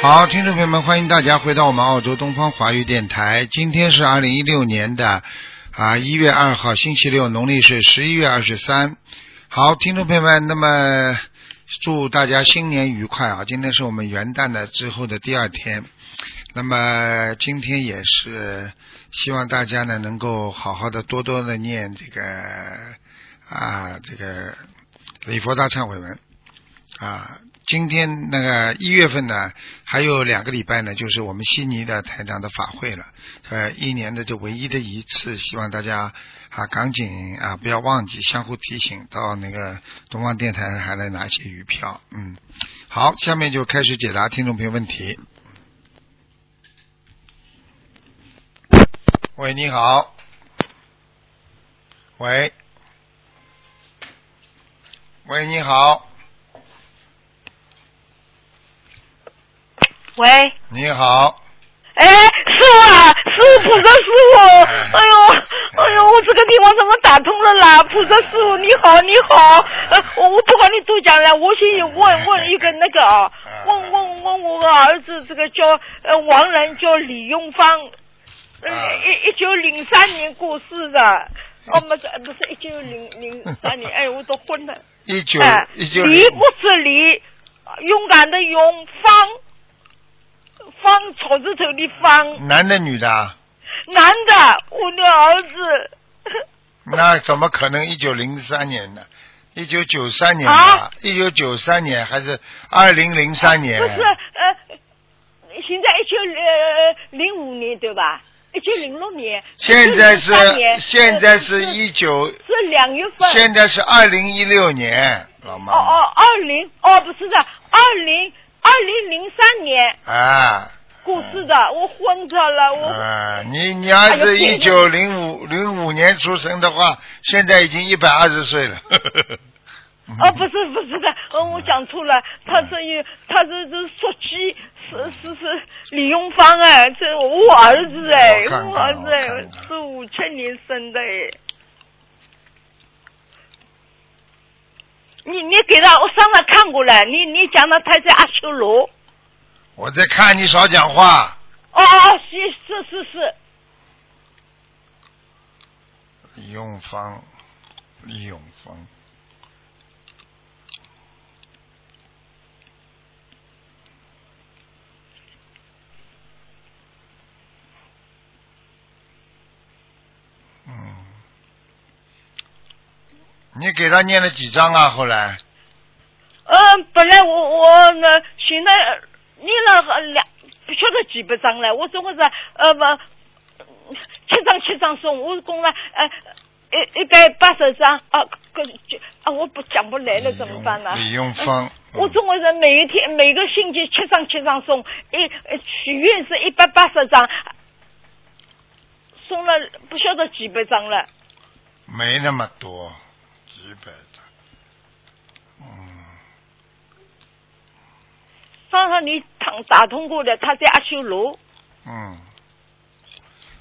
好，听众朋友们，欢迎大家回到我们澳洲东方华语电台。今天是二零一六年的啊一月二号，星期六，农历是十一月二十三。好，听众朋友们，那么祝大家新年愉快啊！今天是我们元旦的之后的第二天，那么今天也是希望大家呢能够好好的多多的念这个啊这个礼佛大忏悔文啊。今天那个一月份呢，还有两个礼拜呢，就是我们悉尼的台长的法会了，呃，一年的这唯一的一次，希望大家啊赶紧啊不要忘记相互提醒，到那个东方电台还来拿一些鱼票，嗯，好，下面就开始解答听众朋友问题。喂，你好，喂，喂，你好。喂，你好，哎，师傅啊，师傅，菩萨师傅，哎呦，哎呦，我这个电话怎么打通了啦？菩萨师傅，你好，你好，呃，我我不管你多讲了，我先问问一个那个啊，问问问我儿子这个叫呃王人叫李永芳，呃啊一一九零三年过世的，哦不是不是一九零零三年，哎，我都昏了，一九哎，一九李木子李，勇敢的勇，方方草字头的方。男的女的啊？男的，我的儿子。那怎么可能一九零三年呢？一九九三年啊吧，一九九三年还是二零零三年不？是呃，现在一九呃零五年对吧？一九零六年。现在是1903年现在是呃一九，是两月份。现在是二零一六年，老妈哦妈哦，二零哦不是的，二零二零零三年啊过世的，我昏着了，我、啊！你你要哎呦是一天九零五零五年出生的话，现在已经一百二十岁了。 哦不是不是的，呃我讲错了，他是有他是是说鸡是是是李永芳哎，这我儿子哎，哦我看看我儿子哎我看看是五七年生的哎。你你给他我上来看过了，你你讲到他在阿修罗，哦我在看你少讲话，哦哦是是是是，李永芳，李永芳。嗯，你给他念了几章啊？后来嗯，本来我我呢，现在呃念了呃两不晓得几百张了，我总共是呃不七张七张送，我共了呃一一百八十张啊，个就啊我不讲不来了怎嗯么办呢？李永芳，哎我中国人每一天每个星期七张七张送，一呃许愿是一百八十张，送了不晓得几百张了。嗯没那么多，几百张。嗯，刚刚你打打通过的，他在阿修罗。嗯，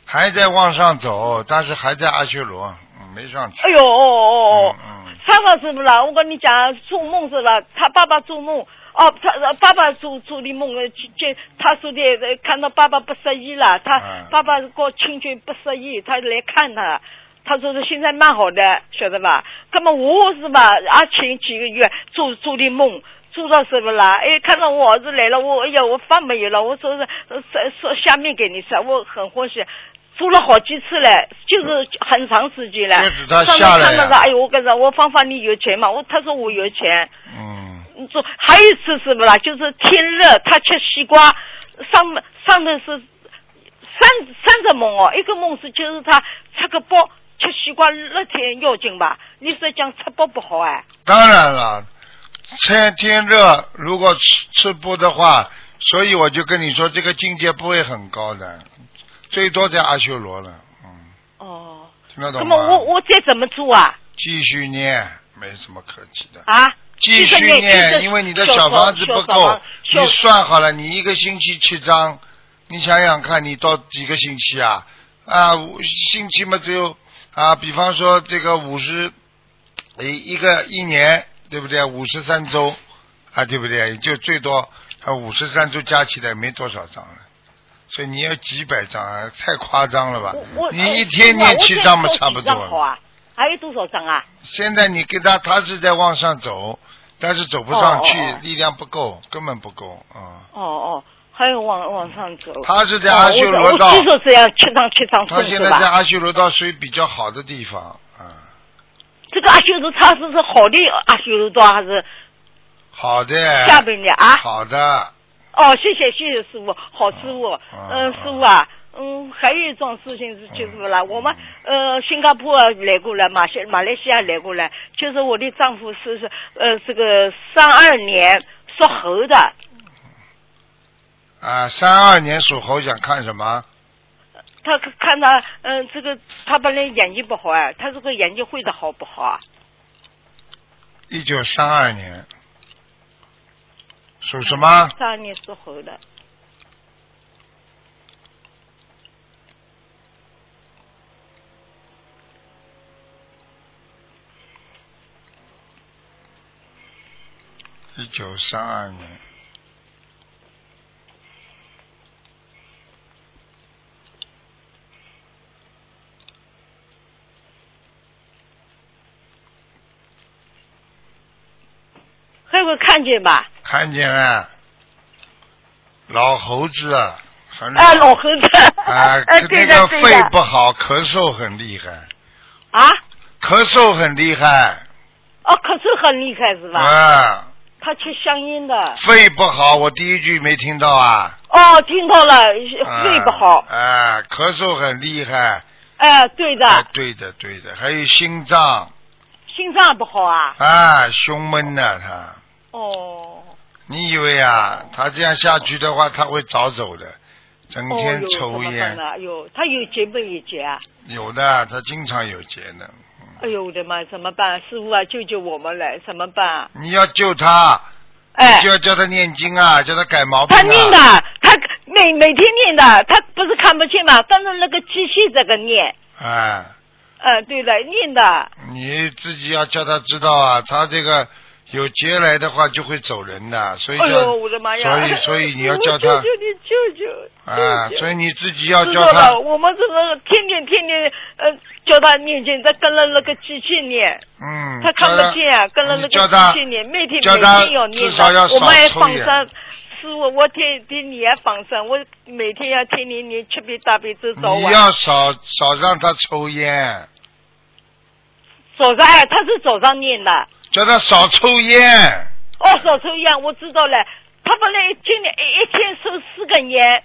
还在往上走，但是还在阿修罗，嗯没上去。哎呦哦哦哦！嗯嗯三个是不啦？我跟你讲，做梦是吧？他爸爸做梦，哦，他呃爸爸做做的梦，呃就就他说的呃看到爸爸不适宜了，他、嗯爸爸搞亲眷不适宜，他来看他。他说是现在蛮好的，晓得吧？那么我是吧，啊前几个月做做的梦，做到是不啦？哎，看到我儿子来了，我哎呀，我饭没有了，我说是呃说说下面给你吃，我很欢喜，做了好几次了，就是很长时间了。这是他上下面来看呀到他，哎呦，我跟他说，我芳芳你有钱吗？我他说我有钱。嗯，你说还有一次是不啦？就是天热，他吃西瓜，上面上头是三三个梦哦，一个梦是就是他吃个包吃西瓜，热天要紧吧？你说讲吃包不好哎？当然了，天天热，如果吃吃不的话，所以我就跟你说，这个境界不会很高的，最多在阿修罗了。嗯，哦，听得那懂么吗？我我再怎么做啊？继续念，没什么客气的。啊？继续继续念继念，续因为你的小小房房子不小房够，小你算好了，你一个星期七张，你想想看，你到几个星期啊？啊，五星期嘛只有啊，比方说这个五十，一一个一年，对不对？五十三周，啊，对不对？也就最多他五十三周加起来没多少张了，所以你要几百张啊，太夸张了吧我我？你一天念七张嘛，差不多我现在做几张好了。啊，还有多少张啊？现在你给他，他是在往上走，但是走不上去，哦哦哦力量不够，根本不够啊、哦哦，还有往往上走。他是在阿修罗哦道我我，就是这样七张七张他送现在是在吧？阿修罗道属于比较好的地方啊、这个阿修罗他是是好的阿修罗道还是好的，下边的啊？哎好的，哦，谢谢谢谢师傅，好师傅嗯，嗯嗯，师傅啊，嗯，还有一桩事情是就是啦，嗯我们呃新加坡来过来，马来马来西亚来过来，就是我的丈夫是是呃这个三二年属猴的，啊，三二年属猴想看什么？他看他嗯、这个他本来眼睛不好啊，他这个眼睛会的好不好啊？一九三二年属什么？三二年属猴的，一九三二年。还会看见吧？看见了，老猴子啊，很啊，老猴子，啊， 哎跟对那个的对肺的不好，咳嗽很厉害，啊，咳嗽很厉害哦，咳嗽很厉害是吧？啊，他吃香烟的。肺不好，我第一句没听到啊，哦，听到了，啊肺不好。啊，咳嗽很厉害，哎，对的，啊，对的对的，还有心脏心脏不好啊。啊，胸闷呐、他，哦，你以为啊，他这样下去的话，他会早走的，整哦天哟抽怎么办烟，呢？有他有结没有结啊？有的，他经常有结呢。哎呦我的妈，怎么办？师傅啊，救救我们来，怎么办啊？你要救他，哎你就，要叫他念经啊，叫他改毛病他啊。念的，他每每天念的，他不是看不见嘛，但是那个机器这个念，哎，呃，对的，念的。你自己要叫他知道啊，他这个有劫来的话就会走人的，所以哎叫呦，我的妈呀！所以所以你要叫我他求求你救救！啊，救救所以你自己要知叫道他了，，我们这个天天天天呃叫他念经，他跟了那个机器念，嗯，他看叫他不见啊，跟了那个你叫他机器念，每天叫每他天要念至少要的，我们还少抽放烟生。师傅，我天天你也放生，我每天要天天念七遍大悲咒早你晚。要少少让他抽烟，早上哎，他是早上念的。叫他少抽烟，哦，少抽烟，我知道了。他本来今年一一天抽四根烟，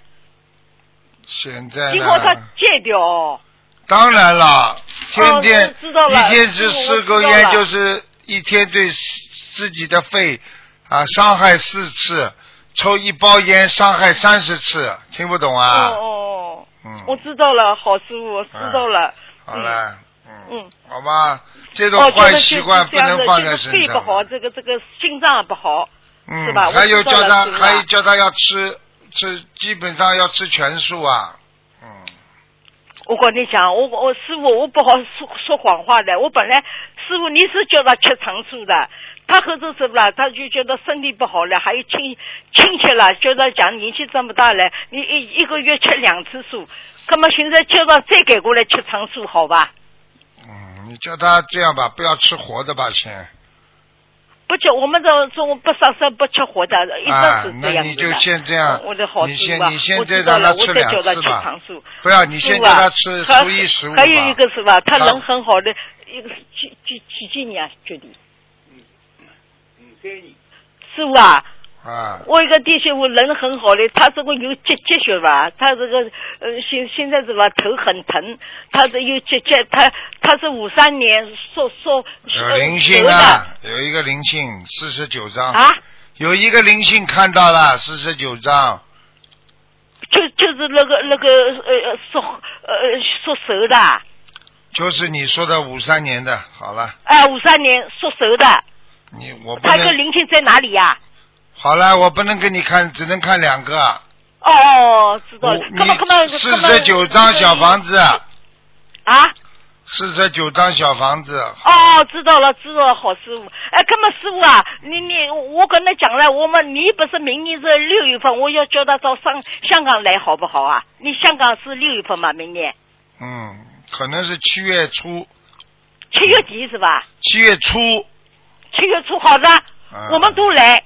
现在结果他呢？戒掉。当然了，天天哦知道了一天吃四根我烟，知道就了是一天对自己的肺啊伤害四次，抽一包烟伤害三十次，听不懂啊？哦哦，哦我嗯，知道了，好师傅，知道了。好了，嗯，嗯，好吧，这种哦，觉坏得习惯不能放在身这个肺不上好，的，这个这个心脏也不好。嗯是吧，我还有知叫道了他，师傅啊还有叫他要吃吃，基本上要吃全素啊，嗯。我跟你讲，我我师傅我不好说说谎话的。我本来师傅你是叫他吃长素的，他后头是不啦？他就觉得身体不好了，还有亲亲戚啦，叫他讲年纪这么大了，你一一个月吃两次素，那么现在叫他再改过来吃长素，好吧？嗯，你叫他这样吧，不要吃活的吧，先。不叫我们这种不杀生不吃活的，一啊直是，这那样子的。你就先这样嗯我的好，你师先傅啊你先我再知让他道了，我吃再两叫他次吃吧长素。不要，你先是叫吧他吃还初一十五吧啊还有一个是吧，他他人很好的，一个几几几几年啊，决定。师傅啊，啊，我一个弟兄，我人很好的，他这个有结结血吧，他这个呃现现在是吧头很疼，他是有结结，他他是五三年说说有灵性啊，有一个灵性四十九章，啊，有一个灵性看到了四十九章，就就是那个那个呃呃说呃说蛇的，就是你说的五三年的，好了，哎五三年说蛇的，你我不他这个能灵性在哪里呀、好了，我不能给你看，只能看两个，哦，知道我了。那么，那么，你四十九章小房子子，啊，四十九张小房子，哦，知道了，知道了，好师傅。哎，那么师傅啊，你你我跟他讲了，我们你不是明年是六月份，我要叫他到上香港来，好不好啊？你香港是六月份嘛？明年嗯，可能是七月初，七月底是吧？七月初。七月初好的，啊我们都来，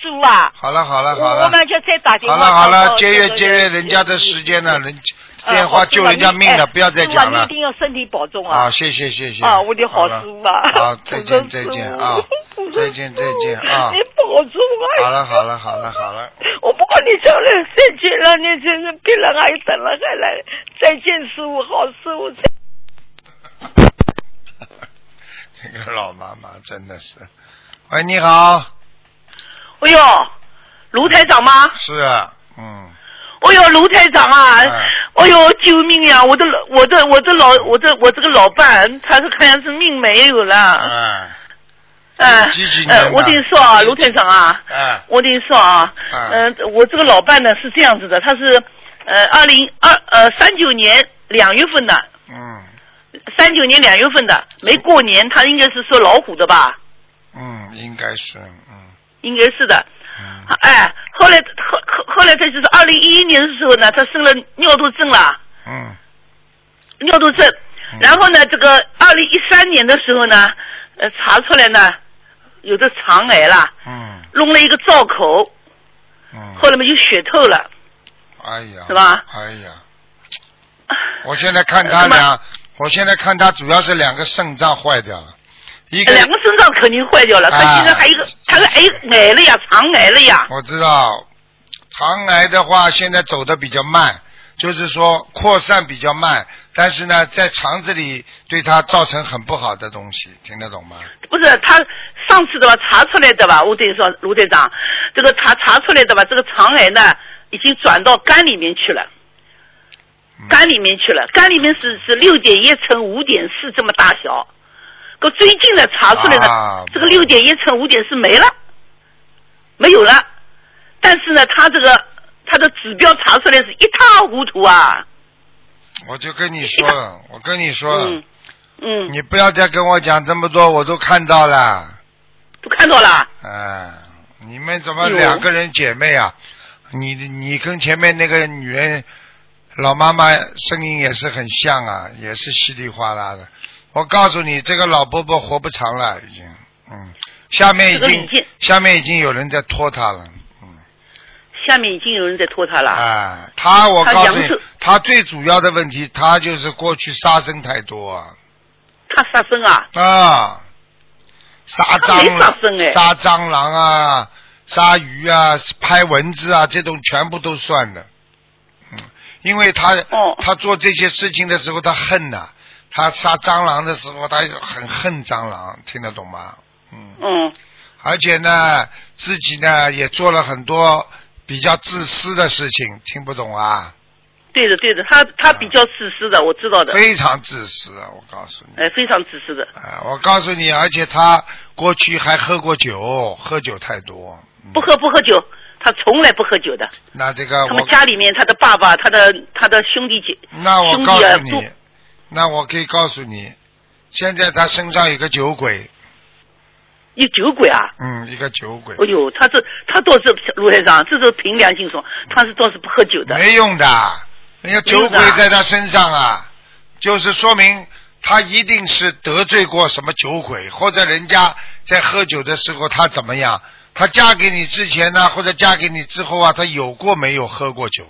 师傅啊。好了好了我好我了，们就再打电好话。了好到了，到节这约个节约人家的时间了，人呃电话好师救傅人家你命了，哎不要再师傅啊讲你一了。定要身体保重啊啊，！谢谢谢谢。啊，我的好了 师傅啊！好，土再豆见再师见傅啊，再 见再见啊你。保重啊！好了好了好了好了，我不管你将来再见了，你真是别人还等了还来，再见师傅，好师傅。再这个老妈妈真的是。喂，你好，哎呦，卢台长吗？是啊，嗯，哎呦，卢台长啊！哎哎呦，救命呀！我的老，我的，我的老，我这我这个老伴，他是看样是命没有啊了。哎哎几几，年的哎，我跟你说啊，卢台长啊，哎我跟你说啊，哎嗯、我这个老伴呢是这样子的，他是呃二零二呃三九年两月份的，嗯三九年两月份的，没过年，他应该是说老虎的吧？嗯，应该是嗯应该是的。嗯哎，后来后后后来他就是二零一一年的时候呢，他生了尿毒症了。嗯尿毒症嗯。然后呢，这个二零一三年的时候呢，呃，查出来呢有的肠癌了，嗯弄了一个造口，嗯，后来嘛就血透了，哎呀，是吧？哎呀，我 现在看他俩，我现在看他主要是两个肾脏坏掉了，一个两个肾脏肯定坏掉了，他啊现在还有一个，他个癌癌了呀，肠癌了呀，我知道，肠癌的话现在走的比较慢，就是说扩散比较慢，但是呢，在肠子里对它造成很不好的东西，听得懂吗？不是他上次的吧查出来的吧，我得说卢队长，这个查查出来的吧，这个肠癌呢已经转到肝里面去了嗯。肝里面去了，肝里面是是六点一乘五点四这么大小，可最近呢查出来呢，啊这个六点一乘五点四没了，没有了，但是呢，他这个他的指标查出来是一塌糊涂啊，我就跟你说了，我跟你说了，嗯嗯，你不要再跟我讲这么多，我都看到了。都看到了，哎，你们怎么有两个人姐妹啊？你你跟前面那个女人老妈妈声音也是很像啊，也是稀里哗啦的。我告诉你，这个老伯伯活不长了，已经，嗯，下面已这个经李健下面已经有人在拖他了，嗯，下面已经有人在拖他了，啊，他我他告诉阳你寿，他最主要的问题，他就是过去杀生太多啊，他杀生啊，啊，杀他没蟑杀螂、生哎杀蟑螂啊、杀鱼啊、拍蚊子啊，这种全部都算的。嗯，因为他、哦他做这些事情的时候，他恨呐、他杀蟑螂的时候，他很恨蟑螂，听得懂吗？嗯，嗯而且呢，自己呢也做了很多比较自私的事情，听不懂啊？，对的，对的，他他比较自私的，我知道的，非常自私啊！我告诉你。哎，非常自私的，啊，我告诉你，而且他过去还喝过酒，喝酒太多。嗯不。喝不喝酒，他从来不喝酒的。那这个他们啊我，家里面，他的爸爸，他的他的兄弟姐，那我兄告弟啊诉你都，那我可以告诉你，现在他身上有个酒鬼，有酒鬼啊！嗯，一个酒鬼，哎呦，他这他倒是卢台长，这是凭良心说，他是倒是不喝酒的。没用的，人家酒鬼没用的在他身上啊，就是说明他一定是得罪过什么酒鬼，或者人家在喝酒的时候他怎么样，他嫁给你之前呢、或者嫁给你之后啊，他有过没有喝过酒？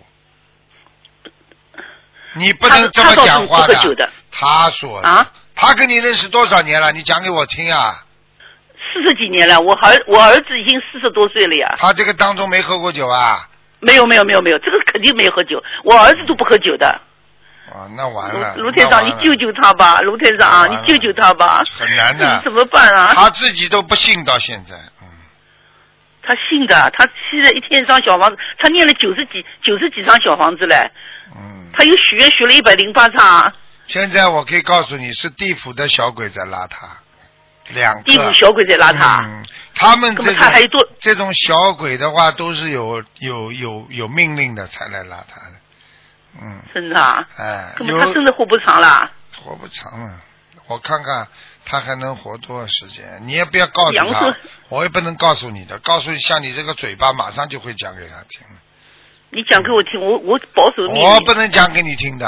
你不能这么他他倒是讲不话喝酒的他说了，啊，他跟你认识多少年了？你讲给我听啊。四十几年了，我儿我儿子已经四十多岁了呀。他这个当中没喝过酒啊？没有没有没有没有，这个肯定没喝酒，我儿子都不喝酒的。啊，那完了。卢卢台那长，你完了救救他吧，卢台长完啊，了你救救他吧。很难的 你怎么 办啊？他自己都不信到现在，嗯。他信的，他现在一天一张小房子，他念了九十几九十几张小房子嘞，嗯，他又许愿许了一百零八张，现在我可以告诉你，是地府的小鬼在拉他，两个地府小鬼在拉他，嗯，他们那这么种他还多这种小鬼的话，都是有有有有命令的才来拉他的，嗯，真的啊，哎，那么他有真的活不长了，活不长了，啊我看看他还能活多少时间。你也不要告诉阳寿他，我也不能告诉你的，告诉你像你这个嘴巴，马上就会讲给他听了。你讲给我听，我我保守秘密我不能讲给你听的，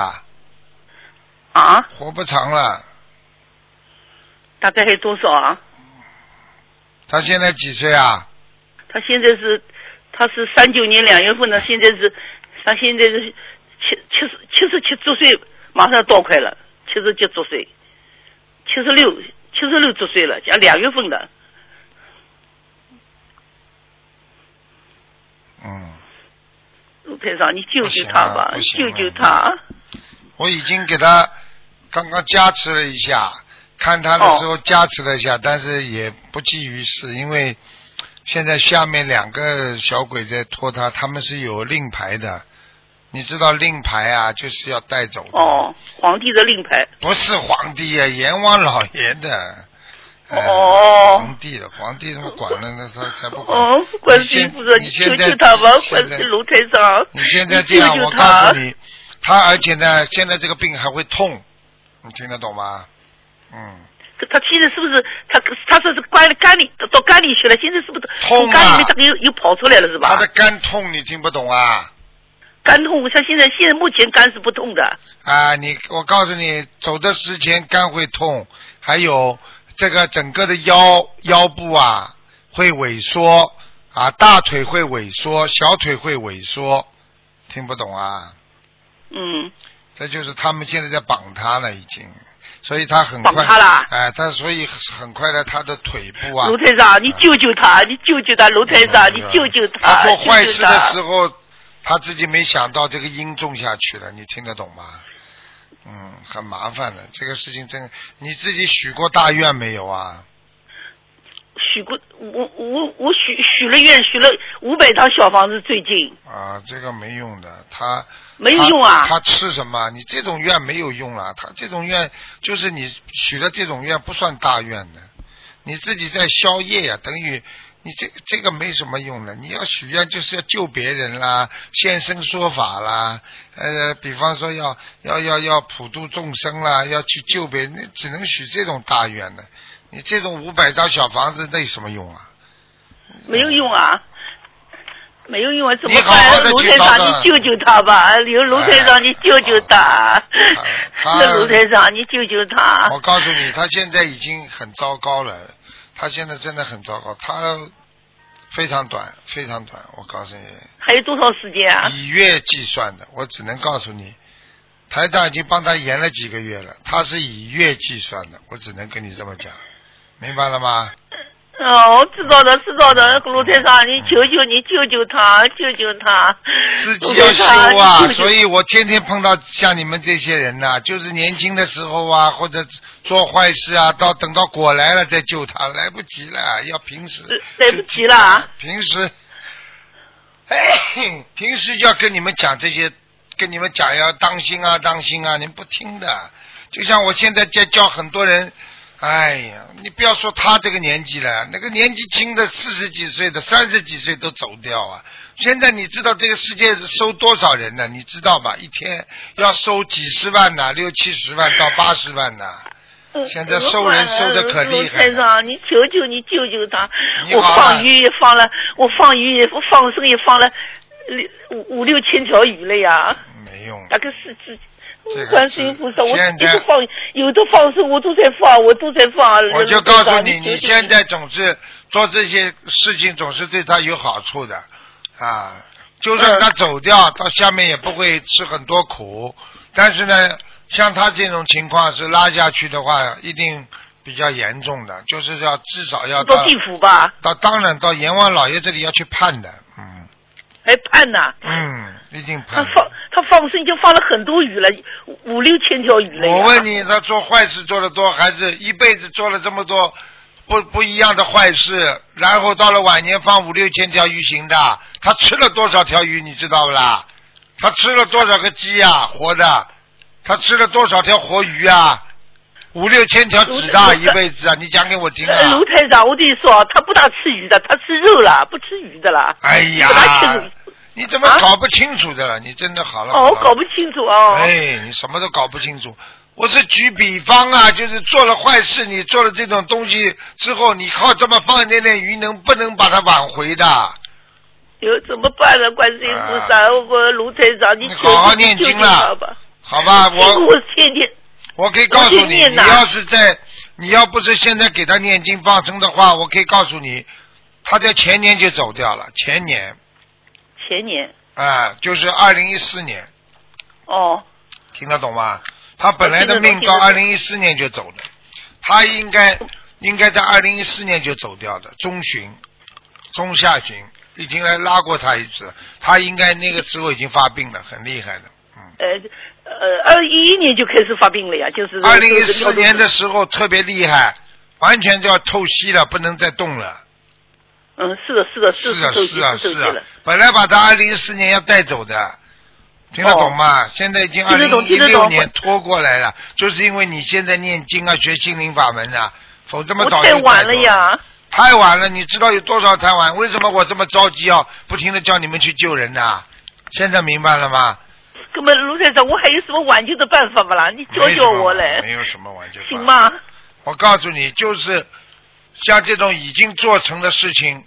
啊，活不长了。大概还多少啊？他现在几岁啊？他现在是他是三九年两月份的，现在是他现在是七七十七十七周岁，马上到快了，七十七周岁，七十六七十六周岁了，讲两月份的，嗯，陆排长，你救不救行他了吧，不行救了救他啊！我已经给他刚刚加持了一下，看他的时哦候加持了一下，但是也不济于事，因为现在下面两个小鬼在拖他，他们是有令牌的，你知道令牌啊，就是要带走的，哦，皇帝的令牌，不是皇帝呀、阎王老爷的。呃哦皇帝的，皇帝他们管了，那他才不管。哦，观世音现菩萨，你你现求在求他吧，现观在世卢台长，你现在这救样，救我告他诉！你，他而且呢，现在这个病还会痛，你听得懂吗？嗯，他现在是不是他他说是关肝里到肝里去了？现在是不是痛啊从肝里面他又又跑出来了是他吧的？肝痛，你听不懂啊？肝痛，像现在现在目前肝是不痛的。啊，你我告诉你，走的之前肝会痛，还有这个整个的腰腰部啊会萎缩啊，大腿会萎缩，小腿会萎缩，听不懂啊？嗯，这就是他们现在在绑他了，已经，所以他很快绑他了哎，他所以很快的，他的腿部啊，卢台长，你救救他，你救救他，卢台长，你救救他嗯啊做坏救事救他的时候，他自己没想到这个因种下去了，你听得懂吗？嗯，很麻烦的，这个事情真，你自己许过大愿没有啊？许过我我我许许了愿，许了五百套小房子，最近啊，这个没用的，他没有用啊他。他吃什么？你这种愿没有用了，他这种愿就是你许的这种愿不算大愿的，你自己在宵夜呀、等于你这这个没什么用的。你要许愿就是要救别人啦，现身说法啦，呃，比方说要要要要普度众生啦，要去救别人，你只能许这种大愿的。你这种五百张小房子那有什么用啊？没有用啊，没有用啊，怎你么好好办？地卢去台找长，他你救救他吧！刘卢台哎长，你救救他！他那卢台长，你救救他！我告诉你，他现在已经很糟糕了，他现在真的很糟糕，他非常短，非常短。我告诉你，还有多少时间啊？以月计算的，我只能告诉你，台长已经帮他延了几个月了，他是以月计算的，我只能跟你这么讲，明白了吗？哦，我知道的，知道的，卢台长，你求求你救救他，救救他！自己卢要台长修啊，你救救所以我天天碰到像你们这些人呐、就是年轻的时候啊，或者做坏事啊，到等到果来了再救他，来不及了，要平时来不及了啊！平时，哎，平时要跟你们讲这些，跟你们讲要当心啊，当心啊，你们不听的。就像我现在在教很多人，哎呀，你不要说他这个年纪了，那个年纪轻的四十几岁的、三十几岁都走掉啊。现在你知道这个世界收多少人呢？你知道吧？一天要收几十万呐、六七十万到八十万呐、呃现在收人收得可厉害了卢台长，你求求你救救他！你我好了啊放鱼也放了，我放鱼也我放生也放了六五五六千条鱼了呀！没用。大概是指嗯这个观世音菩萨，我现一在直放，有的放生我都在放，我都在放。我就告诉你，你你求求现在总是做这些事情，总是对他有好处的啊。就算他走掉，到下面也不会吃很多苦。但是呢，像他这种情况是拉下去的话，一定比较严重的，就是要至少要到到地府吧，到当然到阎王老爷这里要去判的，嗯还判呐、嗯，一定他判的。放他放生已经放了很多鱼了，五五六千条鱼了呀。我问你，啊他做坏事做的多，还是一辈子做了这么多不不一样的坏事，然后到了晚年放五六千条鱼行的？他吃了多少条鱼，你知道不啦？他吃了多少个鸡呀、活的？他吃了多少条活鱼啊？五六千条卢纸卢啊，台一辈子啊！你讲给我 听呃，啊卢！台长，我跟你说，啊他不大吃鱼的，他吃肉了，不吃鱼的啦。哎不大吃呀肉，你怎么啊搞不清楚的了？你真的好了。哦，好我了哎搞不清楚哦。哎，你什么都搞不清楚。我是举比方啊，就是做了坏事，你做了这种东西之后，你靠这么放一点点鱼，能不能把它挽回的？有怎么办呢？观世音菩萨，我卢台长，你啊你求好好你念救经救啦他吧！好吧，哎我我天天我可以告诉我去你，念你呐要是在你要不是现在给他念经放生的话，我可以告诉你，他在前年就走掉了，前年前年啊、就是二零一四年，哦，听得懂吗？他本来的我听得懂命到听得二懂零一四年就走了，他应该应该在二零一四年就走掉的，中旬、中下旬已经来拉过他一次，他应该那个时候已经发病了，很厉害的。嗯，呃呃，二一一年就开始发病了呀，就是二零一四年的的时候特别厉害，完全就要透析了，不能再动了。嗯，是的，是的，是是啊，受是啊，受是气啊了。，本来把他二零一四年要带走的，听得懂吗？现在已经二哦听得零懂一听得六懂年拖过来了，就是因为你现在念经啊，学心灵法门啊，否则么我早太就晚带了走！呀，太晚了，你知道有多少太晚？为什么我这么着急要不停的叫你们去救人呐、现在明白了吗？根本卢台长，我还有什么挽救的办法不啦？你教没什教么我没嘞，有什么挽救行法。吗？我告诉你，就是像这种已经做成的事情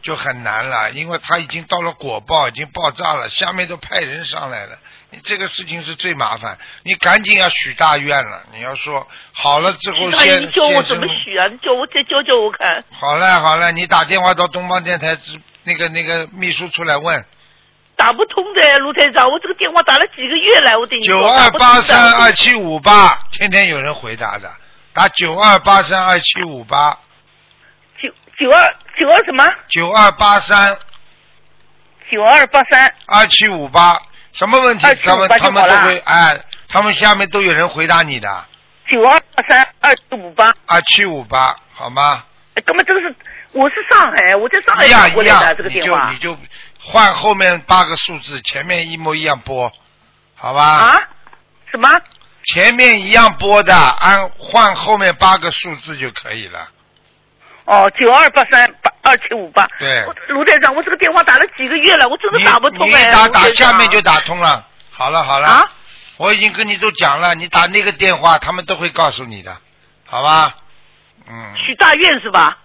就很难了，因为它已经到了果报，已经爆炸了，下面都派人上来了。你这个事情是最麻烦，你赶紧要许大愿了。你要说好了之后徐大爷，先啊你教我先怎生么许啊？你教我再教教我看。 好了好了，你打电话到东方电台之那个那个秘书处来问哎打不通的，卢台长，我这个电话打了几个月了，我等你九说二打不通八的三二七五八，8, 天天有人回答的，打九二八三二七五八九九二九二什么？九二八三九二八三。二七五八，什么问题？ 2758他们就他们好都了会哎，他们下面都有人回答你的。九二八三二四五八，二七五八，好吗？哎那么这个是我是上海，我在上海一样打过一来样的这，个你电就话你就换后面八个数字，前面一模一样拨，好吧？啊？什么？前面一样拨的，按换后面八个数字就可以了。哦，九二八三八二七五八。对我卢台长，我这个电话打了几个月了，我真的你打不通你哎。打卢打台长下面就打通了。好了好了，啊？我已经跟你都讲了，你打那个电话，他们都会告诉你的，好吧？嗯许大愿是吧？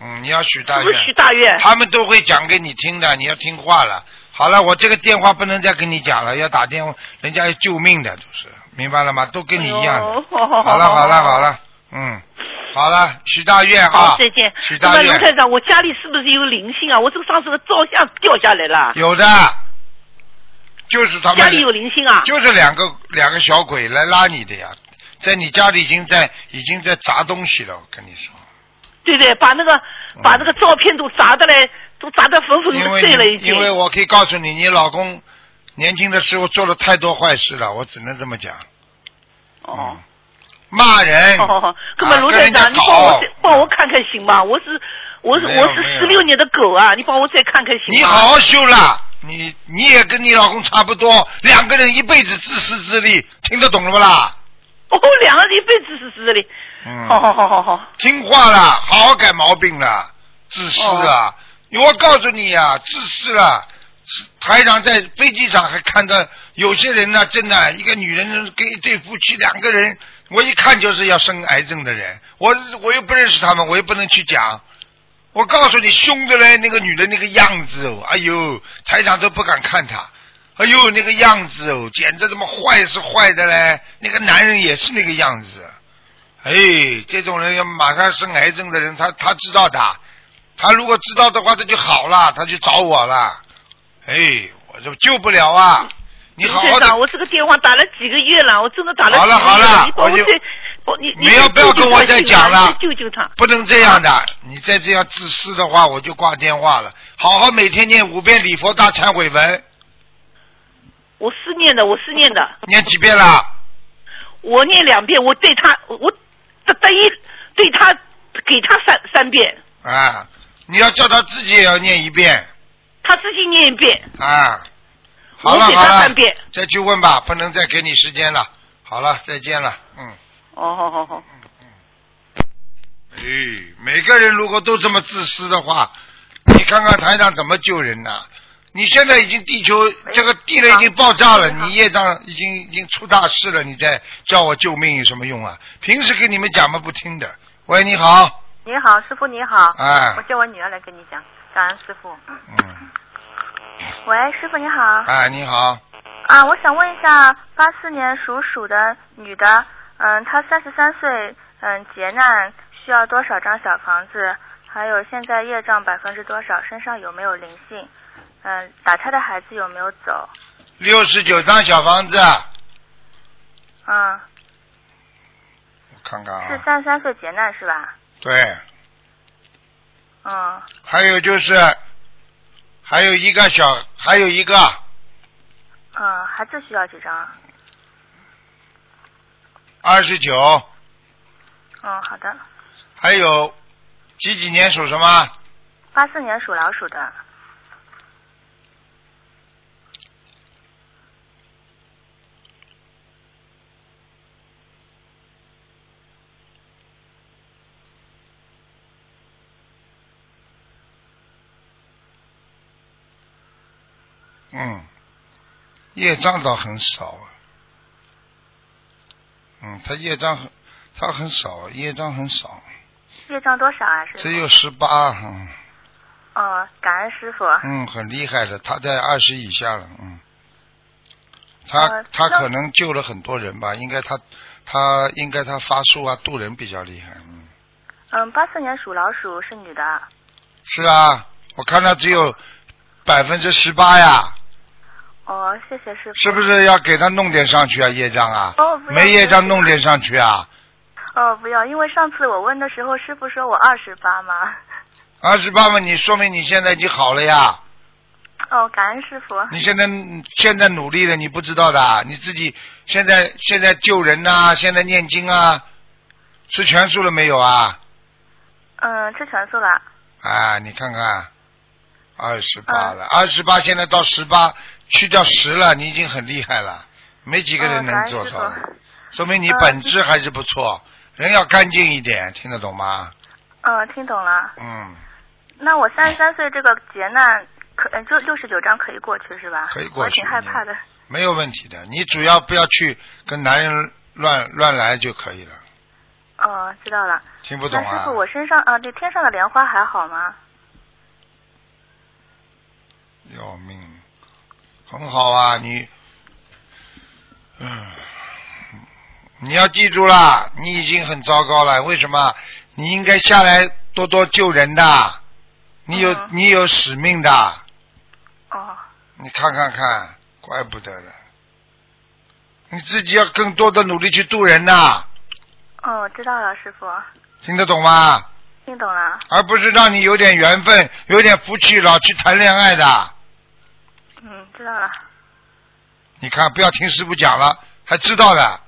嗯，你要许大是愿。不是许大 愿？他们都会讲给你听的，你要听话了。好了，我这个电话不能再跟你讲了，要打电话，人家要救命的，就是明白了吗？都跟你一样的。哎呦好好好了，好了，好了。了，嗯，好了，许大愿啊好，，再见。许那大么卢台愿，长，我家里是不是有灵性啊？我这个上次的照相掉下来了，有的，就是他家里有们，灵性啊？就是两个两个小鬼来拉你的呀，在你家里已经在已经在砸东西了，我跟你说，对对，把那个嗯把那个照片都砸的嘞，都砸得粉粉因的为碎了已你经因。为我可以告诉你，你老公年轻的时候做了太多坏事了，我只能这么讲。哦。骂人。好好好，那么啊卢跟台人家长，你搞帮我再帮我看看行吗？我是我是没有我是没有十六年的狗啊，你帮我再看看行吗？你好好修啦，你你也跟你老公差不多，两个人一辈子自私自利，听得懂了不啦？哦，两个人一辈子是是的嘞。嗯好好好好好，听话啦，好好改毛病啦，自私哦啊！我告诉你啊，自私啦。是台长在飞机场还看到有些人呢、真的一个女人跟一对夫妻两个人，我一看就是要生癌症的人，我我又不认识他们，我又不能去讲。我告诉你，凶的嘞，那个女的那个样子哦，哎呦，台长都不敢看她，哎呦那个样子哦，简直他妈坏是坏的嘞，那个男人也是那个样子。哎，这种人要马上生癌症的人，他他知道的，他如果知道的话，他就好了，他就找我了。哎，我就救不了啊！你好好卢台的长，，我这个电话打了几个月了，我真的打了好几了个月好了你帮我我就再，帮你你要不要跟我再讲了再救救他。不能这样的，你再这样自私的话，我就挂电话了。好好每天念五遍礼佛大忏悔文，我思念的，我思念的，念几遍了？我念两遍，我对他，我我等于对他给他三三遍，啊，你要叫他自己也要念一遍他自己念一遍，啊。好了我给好他了三遍。，再去问吧，不能再给你时间了。好了，再见了，嗯。哦，好好好，哎，每个人如果都这么自私的话，你看看台长怎么救人呐、你现在已经地球这个地雷已经爆炸了，你业障已经已经出大事了，你再叫我救命有什么用啊？平时跟你们讲嘛不听的。喂，你好，你好，师傅你好，哎我，叫我女儿来跟你讲，感恩师傅。嗯，喂，师傅你好，哎，你好，啊，我想问一下，八四年属鼠的女的，嗯，她三十三岁，嗯，劫难需要多少张小房子？还有现在业障百分之多少？身上有没有灵性？嗯，打胎的孩子有没有走？六十九张小房子，啊我嗯，看看是啊，三十三岁劫难是吧？对，嗯，还有就是还有一个小，还有一个嗯，孩子需要几张？二十九，嗯，好的。还有几几年属什么？八四年属老鼠的，嗯，业障倒很少啊。嗯，他业障很，他很少，业障很少，业障多少啊？师傅？只有十八，嗯哦，感恩师傅。嗯，很厉害的，他在二十以下了，嗯。他呃他那可能救了很多人吧，应该他他应该他法术啊渡人比较厉害，嗯，嗯，八四年属老鼠是女的。是啊，我看他只有百分之十八呀，哦，谢谢师傅。是不？是要给他弄点上去啊业障啊？哦不要没业障不要弄点上去啊，哦，不要，因为上次我问的时候，师傅说我二十八嘛。二十八嘛，你说明你现在已经好了呀。哦，感恩师傅。你现在现在努力了，你不知道的啊，你自己现在现在救人呐、现在念经啊，吃全素了没有啊？嗯，吃全素了。啊，你看看，二十嗯八了，二十八现在到十八，去掉十了，你已经很厉害了，没几个人能做到哦感恩的师傅，说明你本质还是不错，人要干净一点，听得懂吗？嗯，听懂了。嗯，那我三十三岁这个劫难，可呃就六十九章可以过去是吧？可以过去嗯我挺害怕的。没有问题的，你主要不要去跟男人乱乱来就可以了，哦，知道了。听不懂那啊师？傅，我身上啊，对天上的莲花还好吗？要命，很好啊，你，嗯，你要记住啦，你已经很糟糕了。为什么？你应该下来多多救人的，你有、嗯你有使命的，哦，你看看看，怪不得的。你自己要更多的努力去渡人呐，哦，知道了，师傅，听得懂吗？听懂了。而不是让你有点缘分、有点福气，老去谈恋爱的。嗯，知道了。你看，不要听师傅讲了，还知道的。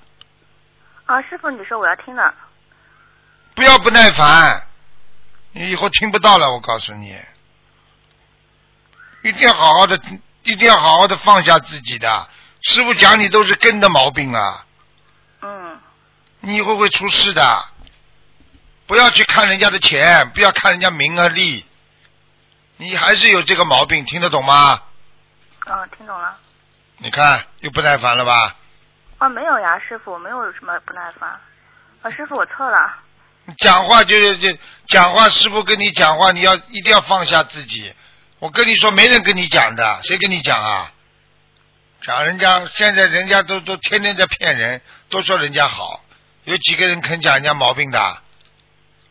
啊，师傅，你说我要听了。不要不耐烦，你以后听不到了，我告诉你，一定要好好的，一定要好好的放下自己的。师傅讲你都是根的毛病啊，嗯，你以后会出事的。不要去看人家的钱，不要看人家名和利，你还是有这个毛病，听得懂吗？哦，听懂了。你看又不耐烦了吧？哦，没有呀，师傅，我没有什么不耐烦。哦，师傅，我错了。你讲话就是就讲话，师傅跟你讲话，你要一定要放下自己。我跟你说，没人跟你讲的，谁跟你讲啊？讲人家现在人家都都天天在骗人，都说人家好，有几个人肯讲人家毛病的？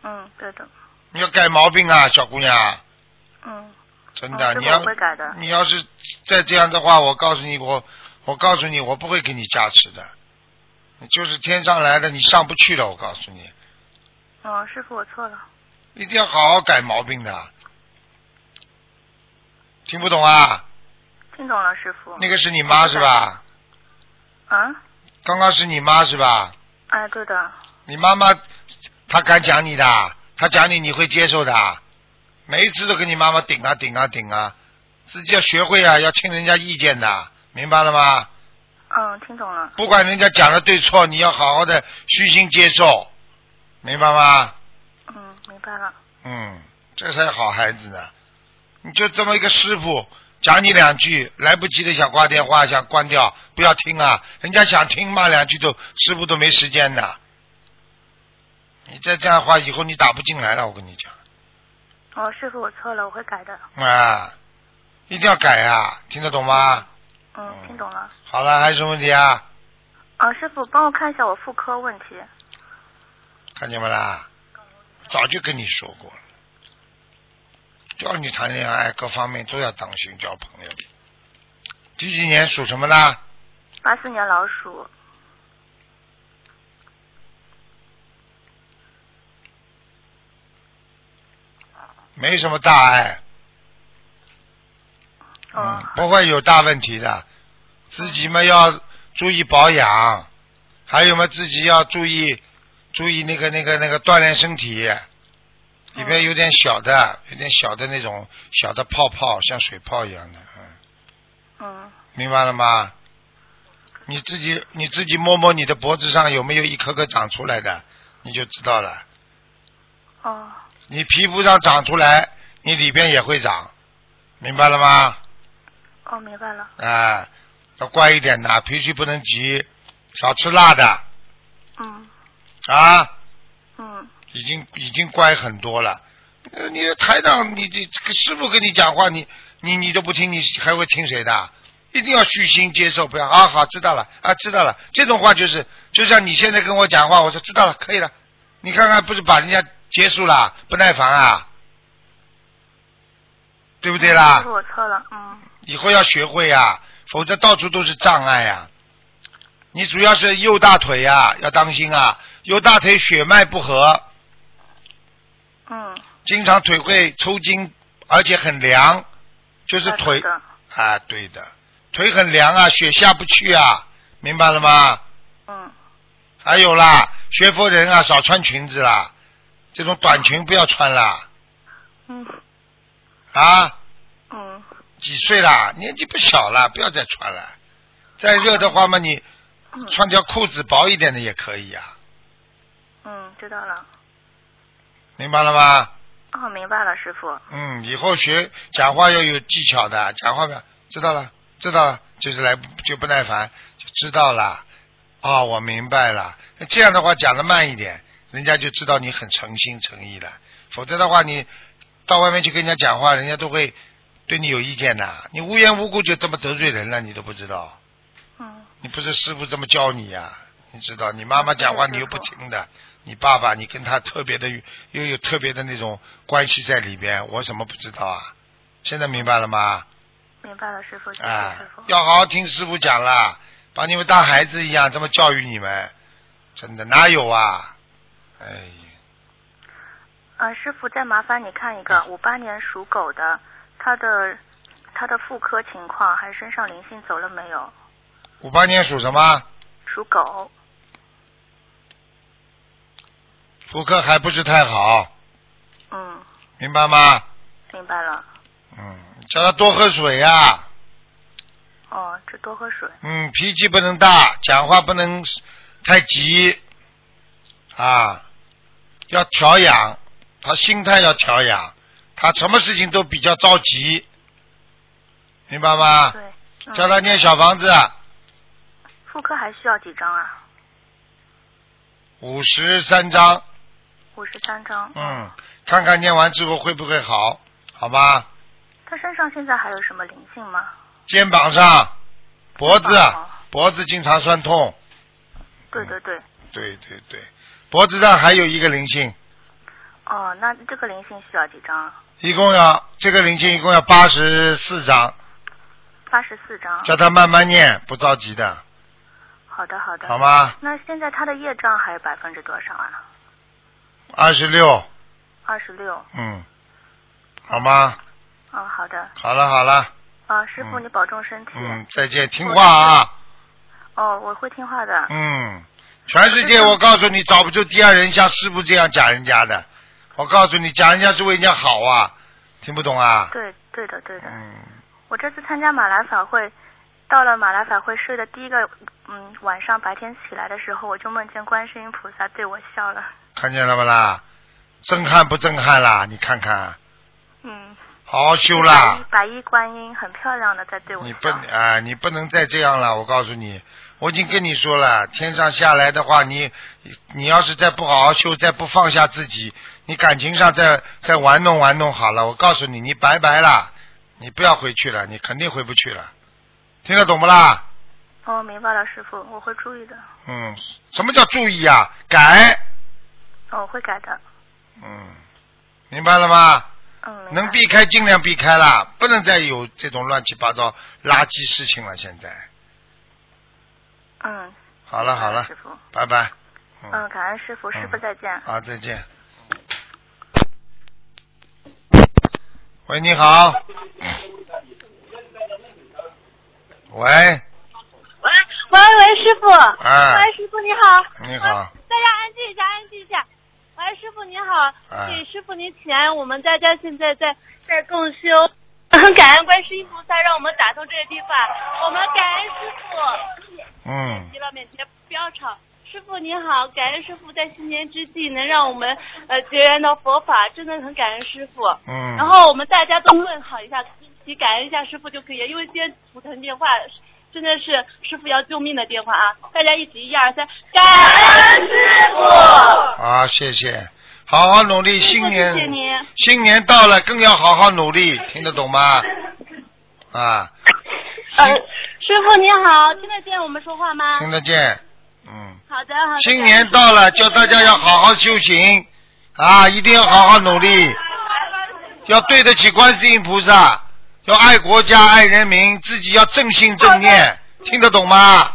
嗯，对的。你要改毛病啊，小姑娘，嗯，真的，嗯你师傅要我会改的。你要是再这样的话，我告诉你，我我告诉你，我不会给你加持的，你就是天上来的，你上不去了，我告诉你，哦，师傅，我错了。一定要好好改毛病的，听不懂啊？听懂了，师傅。那个是你妈是吧？啊，刚刚是你妈是吧？哎，对的。你妈妈她敢讲你的，她讲你你会接受的，每一次都跟你妈妈顶啊顶啊顶啊，自己要学会啊，要听人家意见的，明白了吗？嗯，听懂了。不管人家讲的对错，你要好好的虚心接受，明白吗？嗯，明白了。嗯，这才好孩子呢。你就这么一个师傅，讲你两句，来不及的想挂电话想关掉，不要听啊！人家想听骂两句都师傅都没时间的。你再这样的话，以后你打不进来了，我跟你讲。哦，师傅，我错了，我会改的。啊，一定要改啊，听得懂吗？嗯，哦听懂了。好了，还有什么问题啊？啊，师傅，帮我看一下我妇科问题。看见没啦？早就跟你说过了，叫你谈恋爱各方面都要当心交朋友。几几年属什么的？八四年老鼠，没什么大碍，哦嗯，不会有大问题的。自己嘛要注意保养，还有嘛自己要注意注意那个那个那个锻炼身体。里边有点小的，有点小的那种小的泡泡，像水泡一样的，嗯，嗯，明白了吗？你自己你自己摸摸你的脖子上有没有一颗颗长出来的，你就知道了。哦，你皮肤上长出来，你里边也会长，明白了吗？哦，明白了，啊，要乖一点的，脾气不能急，少吃辣的嗯啊，嗯，已经已经乖很多了。呃你台长，你这这个师傅跟你讲话，你你你都不听，你还会听谁的？一定要虚心接受，不要啊，好知道了啊，知道了。这种话就是，就像你现在跟我讲话，我说知道了，可以了。你看看，不是把人家结束了，不耐烦啊，对不对啦？师傅，我错了，嗯以后要学会呀、否则到处都是障碍呀、你主要是右大腿呀、要当心啊，右大腿血脉不和，嗯，经常腿会抽筋，而且很凉，就是啊腿对的，啊，对的，腿很凉啊，血下不去啊，明白了吗？嗯还有啦，学佛人啊，少穿裙子啦，这种短裙不要穿啦嗯啊。嗯，几岁啦？年纪不小了，不要再穿了。再热的话嘛，你嗯穿条裤子薄一点的也可以啊呀、嗯，知道了，明白了吗？哦，明白了，师傅，嗯，以后学讲话要有技巧的，讲话表知道了，知道了，就是来不就不耐烦，就知道了。哦，我明白了。那这样的话讲的慢一点，人家就知道你很诚心诚意了。否则的话，你到外面去跟人家讲话，人家都会对你有意见的。你无缘无故就这么得罪人了，你都不知道。嗯你不是师傅这么教你呀、你知道，你妈妈讲话你又不听的，你爸爸你跟他特别的又有特别的那种关系在里边，我怎么不知道啊？现在明白了吗？明白了，师傅，谢谢啊师傅，，要好好听师傅讲啦，把你们当孩子一样这么教育你们，真的哪有啊？哎呀，啊，师傅，再麻烦你看一嗯个五八年属狗的，他的他的妇科情况，还有身上灵性走了没有？五八年属什么？属狗，妇科还不是太好，嗯，明白吗？明白了，嗯，叫他多喝水呀、哦，这多喝水，嗯，脾气不能大，讲话不能太急，啊，要调养，他心态要调养，他什么事情都比较着急，明白吗？对，啊嗯，叫他念小房子啊妇科还需要几张啊？五十三章，五十三张，嗯，看看念完之后会不会好，好吧？他身上现在还有什么灵性吗？肩膀上、脖子啊肩膀上、脖子经常酸痛，嗯对对对，对对对，脖子上还有一个灵性，哦，那这个灵性需要几张啊？一共要这个灵性一共要八十四章。八十四张。叫他慢慢念，不着急的，好的好的。好吗？那现在他的业障还有百分之多少啊？二十六，二十六。嗯，好吗？嗯，好的。好了好了，啊，师傅，嗯你保重身体。嗯，再见，听话啊，哦，我会听话的。嗯，全世界我告诉你，找不出第二人像师傅这样讲人家的，我告诉你，讲人家是为人家好啊，听不懂啊？对对的对的。嗯，我这次参加马来法会，到了马来法会睡的第一个嗯晚上，白天起来的时候，我就梦见观世音菩萨对我笑了。看见了不啦？震撼不震撼啦？你看看，嗯，好好修啦。白衣观音很漂亮的在对我啊你不笑。啊，你不能再这样了，我告诉你，我已经跟你说了，天上下来的话，你你你要是再不好好修，再不放下自己，你感情上再再玩弄玩弄好了，我告诉你，你拜拜啦，你不要回去了，你肯定回不去了，听得懂不啦？哦，明白了，师傅，我会注意的，嗯，什么叫注意啊？改，哦，我会改的。嗯，明白了吗？嗯，明白能避开尽量避开啦，不能再有这种乱七八糟垃圾事情了。现在，嗯，好了好了师，傅，拜拜。嗯，感恩师傅，师傅啊嗯再见。啊好，再见。喂，你好。喂，喂喂喂，师傅，哎喂师傅你好，你好喂大家安静一下，安静一下。喂，师傅你好，哎给师傅您请安，我们大家现在在在共修， 感恩观世音菩萨让我们打通这个地方，我们感恩师傅。嗯急了，免急，不要吵。师傅您好，感恩师傅在新年之际能让我们呃结缘到佛法，真的很感恩师傅。嗯。然后我们大家都问好一下，一起感恩一下师傅就可以了，因为今天图腾电话真的是师傅要救命的电话啊！大家一起一二三，感恩师傅。好，啊谢谢，好好努力，新年谢谢您新年到了，更要好好努力，听得懂吗？啊，呃，师傅您好，听得见我们说话吗？听得见，嗯，好的，好的。新年到了，叫大家要好好修行，啊，一定要好好努力。要对得起观世音菩萨，要爱国家、爱人民，自己要正心正念，听得懂吗？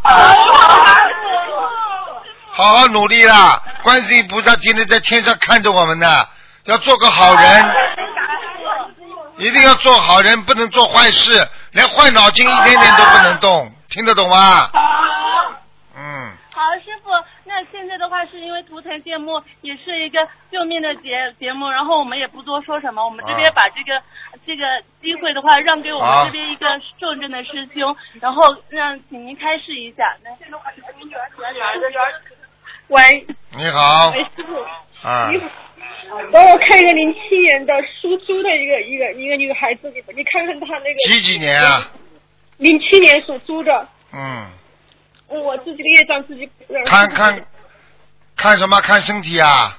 好好努力啦！观世音菩萨天天在天上看着我们呢，要做个好人，一定要做好人，不能做坏事，连坏脑筋一点点都不能动，听得懂吗？嗯，好，师傅，那现在的话是因为图腾节目也是一个救命的节节目，然后我们也不多说什么，我们这边啊把这个、这个机会的话让给我好们这边一个重症的师兄，然后让请您开示一下。来喂，你好喂，师傅，啊，帮我看一个零七年的苏州的一个一个一个女孩子，你你看看她那个几几年啊？零七年属猪的，嗯，我自己的业障自己呃看看。看什么？看身体啊？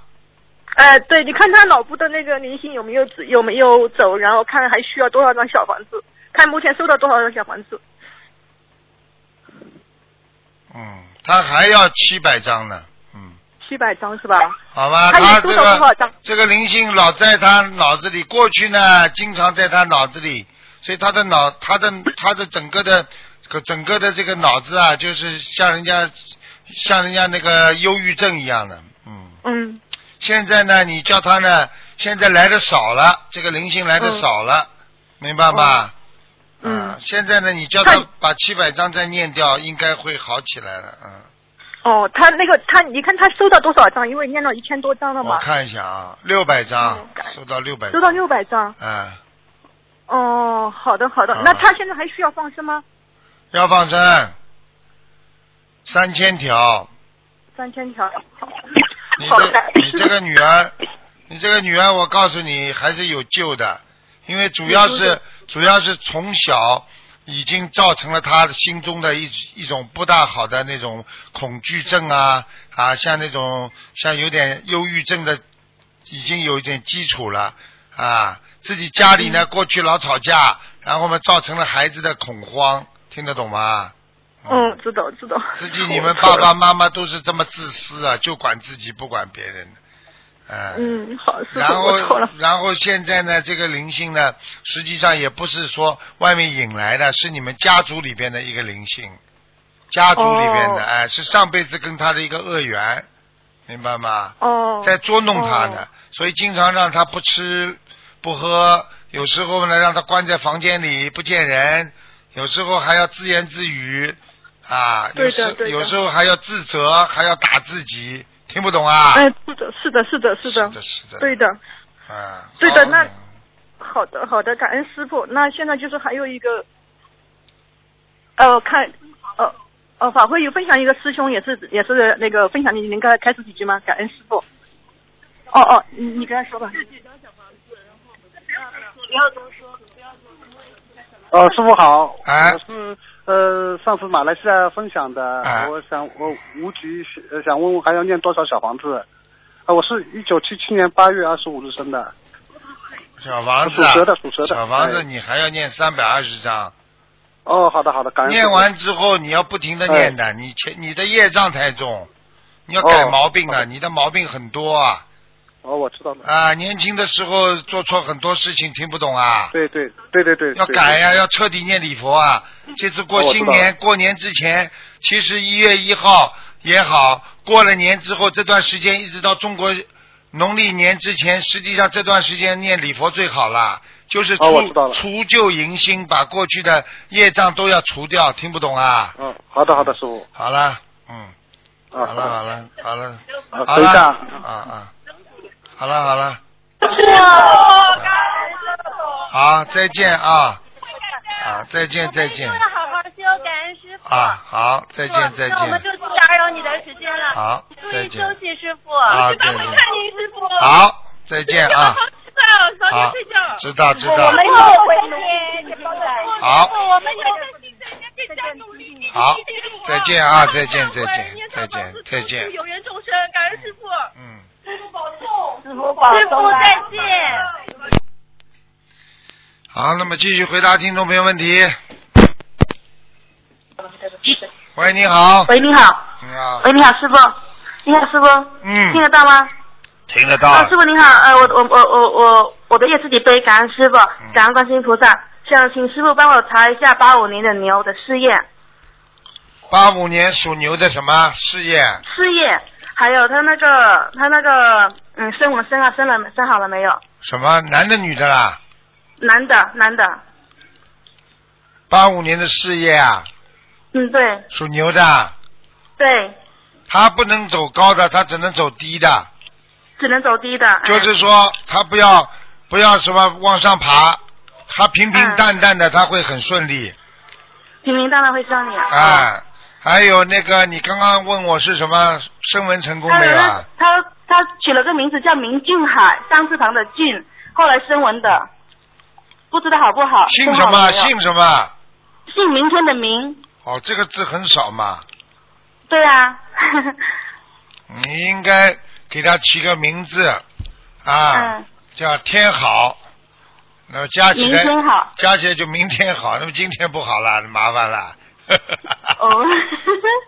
呃，对，你看她脑部的那个灵性有没有走有没有走，然后看还需要多少张小房子，看目前收到多少张小房子。嗯，他还要七百张呢。嗯，七百张是吧？好吧，他他这有多少多少个张这个灵性老在他脑子里，过去呢经常在他脑子里，所以他的脑，他的他的整个的个整个的这个脑子啊，就是像人家像人家那个忧郁症一样的。嗯，嗯，现在呢，你叫他呢，现在来的少了，这个灵性来的少了，明白吗？嗯啊，现在呢，你叫他那把七百张再念掉，应该会好起来了。嗯。哦，她那个她，你看她收到多少张？因为念了一千多张了我嘛，看一下啊，六百张嗯，感收到六百，收到六百张。啊，哦，好的好的，啊那她现在还需要放生吗？要放生三千条。三千条。你好的这，你这个女 儿，你这个女儿，我告诉你还是有救的，因为主要有救是主要是从小已经造成了她的心中的一一种不大好的那种恐惧症啊啊，像那种像有点忧郁症的，已经有一点基础了啊。自己家里嗯呢，过去老吵架，然后嘛，造成了孩子的恐慌，听得懂吗？嗯，知道知道。自己你们爸爸妈妈都是这么自私啊，就管自己不管别人的，哎、嗯，好，师然傅，后我错了。然后现在呢，这个灵性呢，实际上也不是说外面引来的，是你们家族里边的一个灵性，家族里边的，哦哎，是上辈子跟他的一个恶缘，明白吗？哦，在捉弄他呢，所以经常让他不吃不喝，有时候呢让他关在房间里不见人，有时候还要自言自语啊，有对的时对的有时候还要自责，还要打自己，听不懂啊？哎，是的，是的，是的，是的，的，是的，对的。啊，对的好那好的，好的，感恩师傅。那现在就是还有一个，呃，看，呃，呃，法会有分享一个师兄，也是也是那个分享你，您刚才开始几句吗？感恩师傅。哦哦，你你跟他说吧。呃，师傅好，哎我是呃上次马来西亚分享的，哎我想我无极呃想问还要念多少小房子？呃，我是一九七七年八月二十五日生的，小房子、啊属蛇的属蛇的小房子哎你还要念三百二十章，哦，好的好的，感恩师父。念完之后你要不停哎的念的，你前你的业障太重，你要改哦毛病啊，好的你的毛病很多啊哦，我知道了，啊，年轻的时候做错很多事情，听不懂啊，对对对对对，要对改啊呀、要彻底念礼佛啊。这次过哦我新知道年，过年之前，其实一月一号也好，过了年之后这段时间，一直到中国农历年之前，实际上这段时间念礼佛最好啦，就是除、哦我知道了除旧迎新，把过去的业障都要除掉。听不懂啊？嗯，好的好的，师傅，好了，嗯，啊好了，好了，好了，啊好等一了，下啊啊，好了好了， 好，再见啊，啊，再见再见。好好修，感恩师傅。啊，好，再见，再那我们见就，不打扰你的时间了。好，注再意休见，息，师傅。啊我去再帮见我看您，师傅。好，再见 啊，知道，早点好睡觉。，知道知道，们又回来好哦我们有的竞争要更加努力。你好一定记住再见啊再见不然再见你也再见上报再见有缘众生，感恩师傅。嗯，师傅再见。好，那么继续回答听众朋友问题。喂，你好，喂，你好，你好，喂，你好，师傅，你好，师傅，听嗯，得到吗？听得啊，到师，傅你好，呃，我我我我我我的业自己背，感恩师傅，嗯感恩观世音菩萨，想请师傅帮我查一下八五年的牛的事业，八五年属牛的什么事业？事业，还有他那个他那个嗯，生我生啊，生了生好了没有？什么男的女的啦？男的，男的，八五年的事业啊，嗯，对属牛的，啊对，他不能走高的，他只能走低的，啊只能走低的，哎就是说他不要不要什么往上爬，他平平淡淡嗯的，他会很顺利。平平淡淡会上你啊，哎，还有那个，你刚刚问我是什么升文成功他没有他啊？呃他他取了个名字叫明俊海，三字旁的俊，后来声纹的，不知道好不好？姓称什好么？啊没有姓什么？姓明天的明，哦，这个字很少嘛，对啊，你应该给他起个名字啊，嗯，叫天好。那么加起明来，天好，加起来就明天好，那么今天不好了，麻烦了。哦，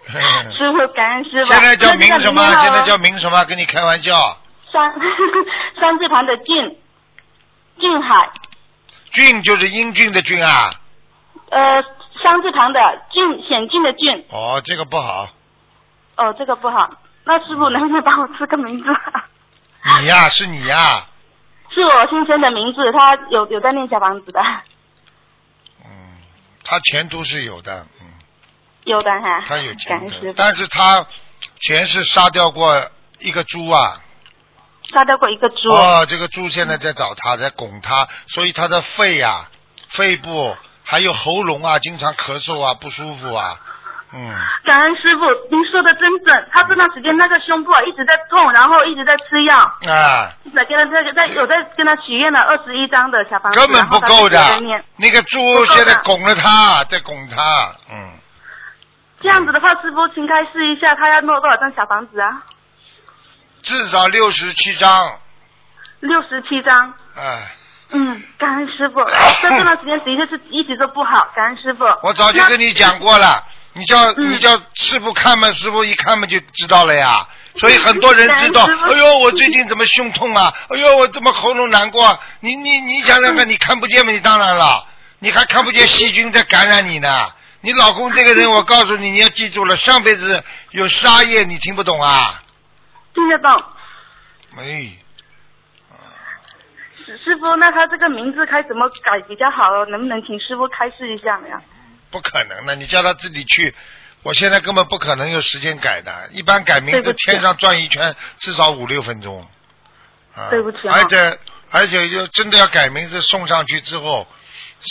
师傅感恩师傅，现在叫明那就什明么？啊号现在哦叫明什么？跟你开玩笑。三 三字旁的俊，俊海，俊就是英俊的俊啊。呃，三字旁的俊，显俊的俊，哦，这个不好。哦，这个不好，那师傅能不能帮我出个名字？ 你呀、是你呀、是我先生的名字，他有有在念小房子的，嗯，他前途是有的，嗯，有的哈。他有感前恩途师，傅，但是他前世杀掉过一个猪啊，杀掉过一个猪。哦，这个猪现在在找他，在拱他，所以他的肺啊、肺部还有喉咙啊，经常咳嗽啊，不舒服啊，嗯，感恩师傅，您说的真准。他这段时间那个胸部啊一直在痛，然后一直在吃药，啊，一直在跟他这个在有在跟他许愿了二十一张的小房子，根本不够然后他的就一直在念。那个猪不够的现在拱了他，在拱他，嗯，这样子的话，师傅请开示一下，他要弄多少张小房子啊？至少六十七张，六十七张。哎，嗯，感 恩师傅，但这段时间的确是一直都不好，感恩师傅。我早就那跟你讲过了，你叫、嗯你叫师傅看嘛，师傅一看嘛就知道了呀。所以很多人知 道，感恩师傅哎呦，我最近怎么胸痛啊？哎呦，我怎么喉咙难过啊？你你你想嗯想看，你看不见嘛？你当然了，你还看不见细菌在感染你呢。你老公这个 人，我告诉你，你要记住了，上辈子有杀业，你听不懂啊？听得懂。哎，师师傅，那他这个名字该怎么改比较好哦？能不能请师傅开示一下呢？不可能的，你叫他自己去。我现在根本不可能有时间改的，一般改名字对不起天上转一圈至少五六分钟。啊、对不起啊而且而且就真的要改名字送上去之后，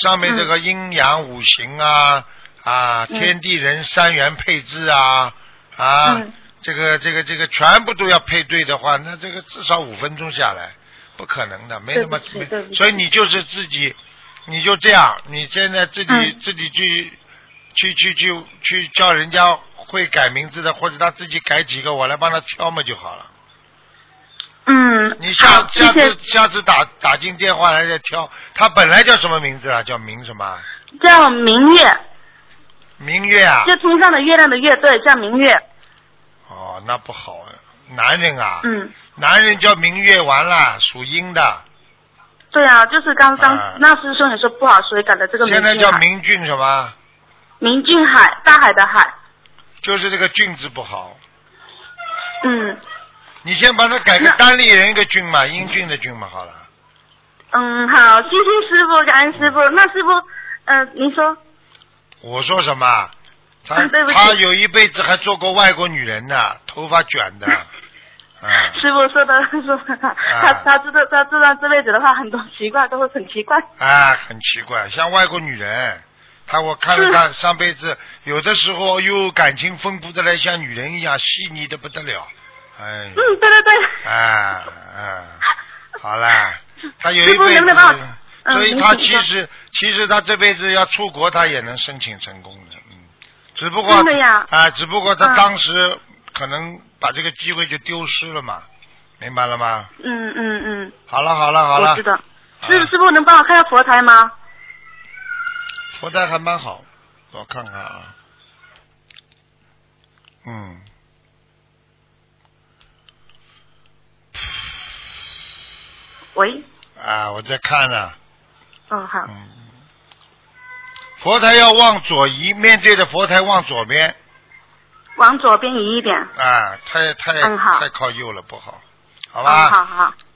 上面这个嗯阴阳五行啊、啊天地人三元配置啊啊、嗯这个这个这个全部都要配对的话，那这个至少五分钟下来，不可能的，没对那么不起没对不，起所以你就是自己，你就这样，你现在自己、嗯自己去去去去去叫人家会改名字的，或者他自己改几个，我来帮他挑嘛就好了。嗯，你下好谢下谢次。下次打打进电话来再挑，他本来叫什么名字啊？叫明什么啊？叫明月，明月啊？就天上的月亮的月，对，叫明月。哦，那不好，男人啊，嗯，男人叫明月，完了属阴的，对啊，就是刚刚、啊那师兄也说不好，所以改的这个明啊现俊在海。叫明俊什么？明俊海，大海的海。就是这个俊字不好。嗯你先把它改个那单立人一个俊嘛，英俊的俊嘛，好了。嗯，好，谢谢师傅，感恩师傅。那师傅，呃，您说，我说什么啊？他嗯对不起他有一辈子还做过外国女人呢，头发卷 的，啊师傅说的 说的，他他知道他知道这辈子的话，很多习惯都会很奇怪。啊，很奇怪，像外国女人。他我看了是他上辈子，有的时候哟感情丰富的来像女人一样细腻的不得了，哎嗯，，对对对。啊啊，好 啦，他有一师傅辈能不能帮我子，所以嗯他您其请实其实他这辈子要出国，他也能申请成功的，嗯，只不过真的呀啊，只不过他嗯当时可能把这个机会就丢失了嘛，明白了吗？嗯嗯嗯，好了好了好我了知，道。啊师师傅能帮我看下佛台吗？佛台还蛮好，我看看啊，嗯。喂，啊，我在看呢、嗯好，嗯，佛台要往左移，面对着佛台往左边往左边移一点。啊，太太、嗯好太靠右了，不好，好好吧？好好，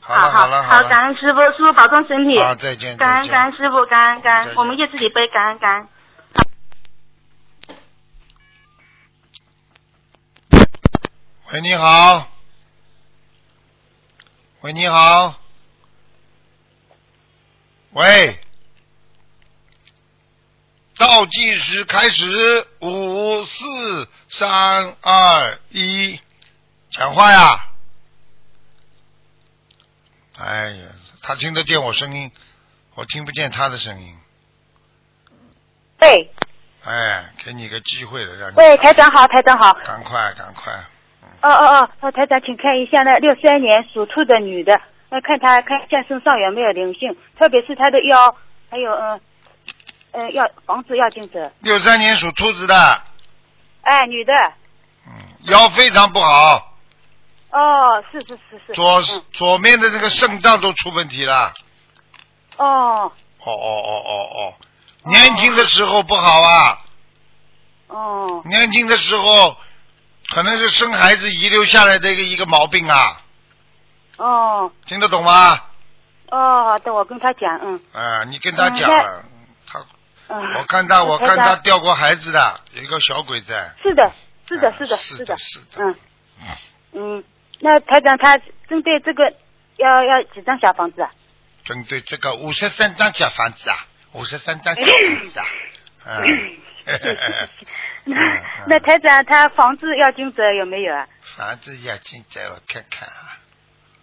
好了好了好好，了，感恩师傅，师傅保重身体。好再见感再恩感见恩。师傅，感恩再感见恩，我们业自己背，感恩感恩。喂，你好。喂，你好。喂，倒计时开始，五、四、三、二、一，讲话呀！哎呀，他听得见我声音，我听不见他的声音。喂哎，给你个机会了，让你喂，台长好，台长好。赶快赶快。哦哦哦哦，台长，请看一下那六三年属兔的女的，呃，看她看一下身上有没有灵性，特别是她的腰，还有嗯呃要房子要精者，六三年属兔子的，哎，女的，嗯，腰非常不好。哦，是是是是，左嗯左面的这个肾脏都出问题了。哦哦哦哦哦哦，年轻的时候不好啊，哦年轻的时候可能是生孩子遗留下来的一个一个毛病啊，哦听得懂吗？哦，好的，我跟她讲，嗯啊、你跟他讲嗯了，他嗯，我看他我看台他长掉过孩子的，有一个小鬼在。是的，是的啊，是的，是的，是的，嗯嗯，那台长他针对这个要要几张小房子啊？针对这个五十三张小房子啊，五十三张小房子啊，嗯， 那那台长他房子要精者有没有啊？房子要进在我看看啊。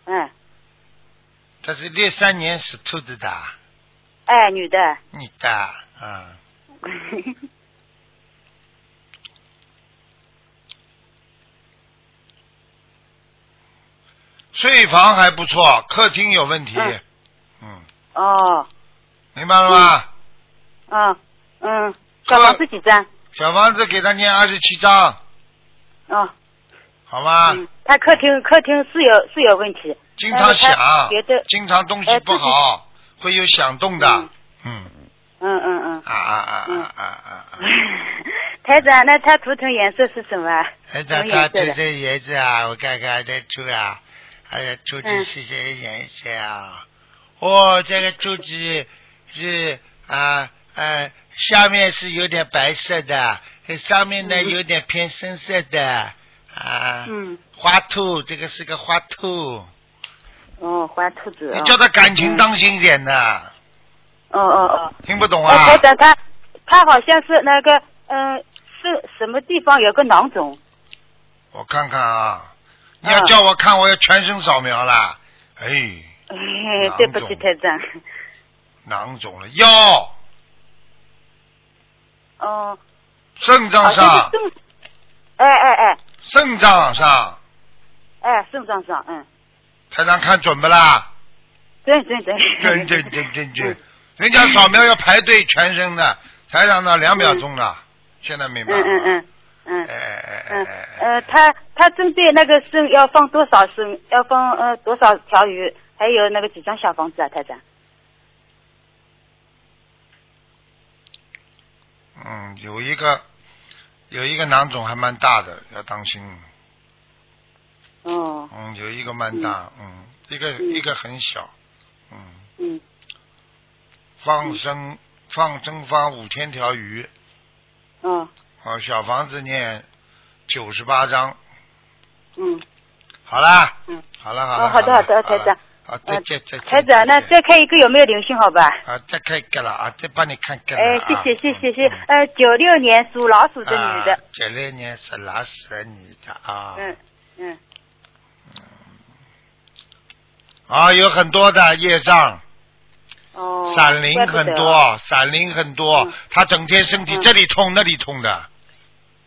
嗯，他是六三年属兔子的啊，哎，女的， 你的啊，睡房还不错，客厅有问题，嗯嗯，哦，明白了吗？嗯嗯，小房子几张？小房子给他念二十七章，哦，好吗？嗯，他客厅客厅是有是有问题，经常但是他响，别的，呃经常东西不好，会有响动的，嗯，嗯嗯嗯，啊啊啊嗯啊啊啊啊！ 台长，那他图腾颜色是什么啊？哎，什他么他颜色这的？这颜色啊，我看看这猪啊，哎呀，猪嗯子是这个颜色啊？哦，这个猪子是啊呃，下面是有点白色的，上面呢嗯有点偏深色的啊。嗯，花兔，这个是个花兔，哦，花兔子你哦，叫他感情嗯当心一点呐，哦哦哦，听不懂哎，啊台？长他他好像是那个嗯、呃是什么地方有个囊肿？我看看啊，你要嗯叫我看，我要全身扫描啦。哎，嗯对不起，台长。囊肿了，腰、哦，肾脏好上啊像，是正哎哎哎肾脏上，哎，肾脏上，嗯，台长看准不 啦？对对对。准准准准准，人家扫描要排队全身的，台长呢两秒钟了，现在明白 嗯了嗯吗？嗯嗯哎哎哎嗯哎哎，呃，他他针对那个生要放多少生，要放呃多少条鱼，还有那个几张小房子啊，台长？嗯，有一个有一个囊肿还蛮大的，要当心。哦，嗯，有一个蛮大，嗯，一个一个很小，嗯。嗯。放生放生放五千条鱼，嗯哦，小房子念九十八章，嗯，好啦，嗯，好了好哦，了，好的好的，好台了长，，好，再呃见再见，台长，那再看一个有没有灵性，好吧？啊，再看一个了啊，再帮你看看哎了，谢啊。谢谢谢谢，呃，九六年属老鼠的女啊的，，九六年是拉死了你的啊，嗯嗯，啊，有很多的业障，哦，闪灵怪不得嗯很多，闪灵很多，他整天身体这里痛那里痛的，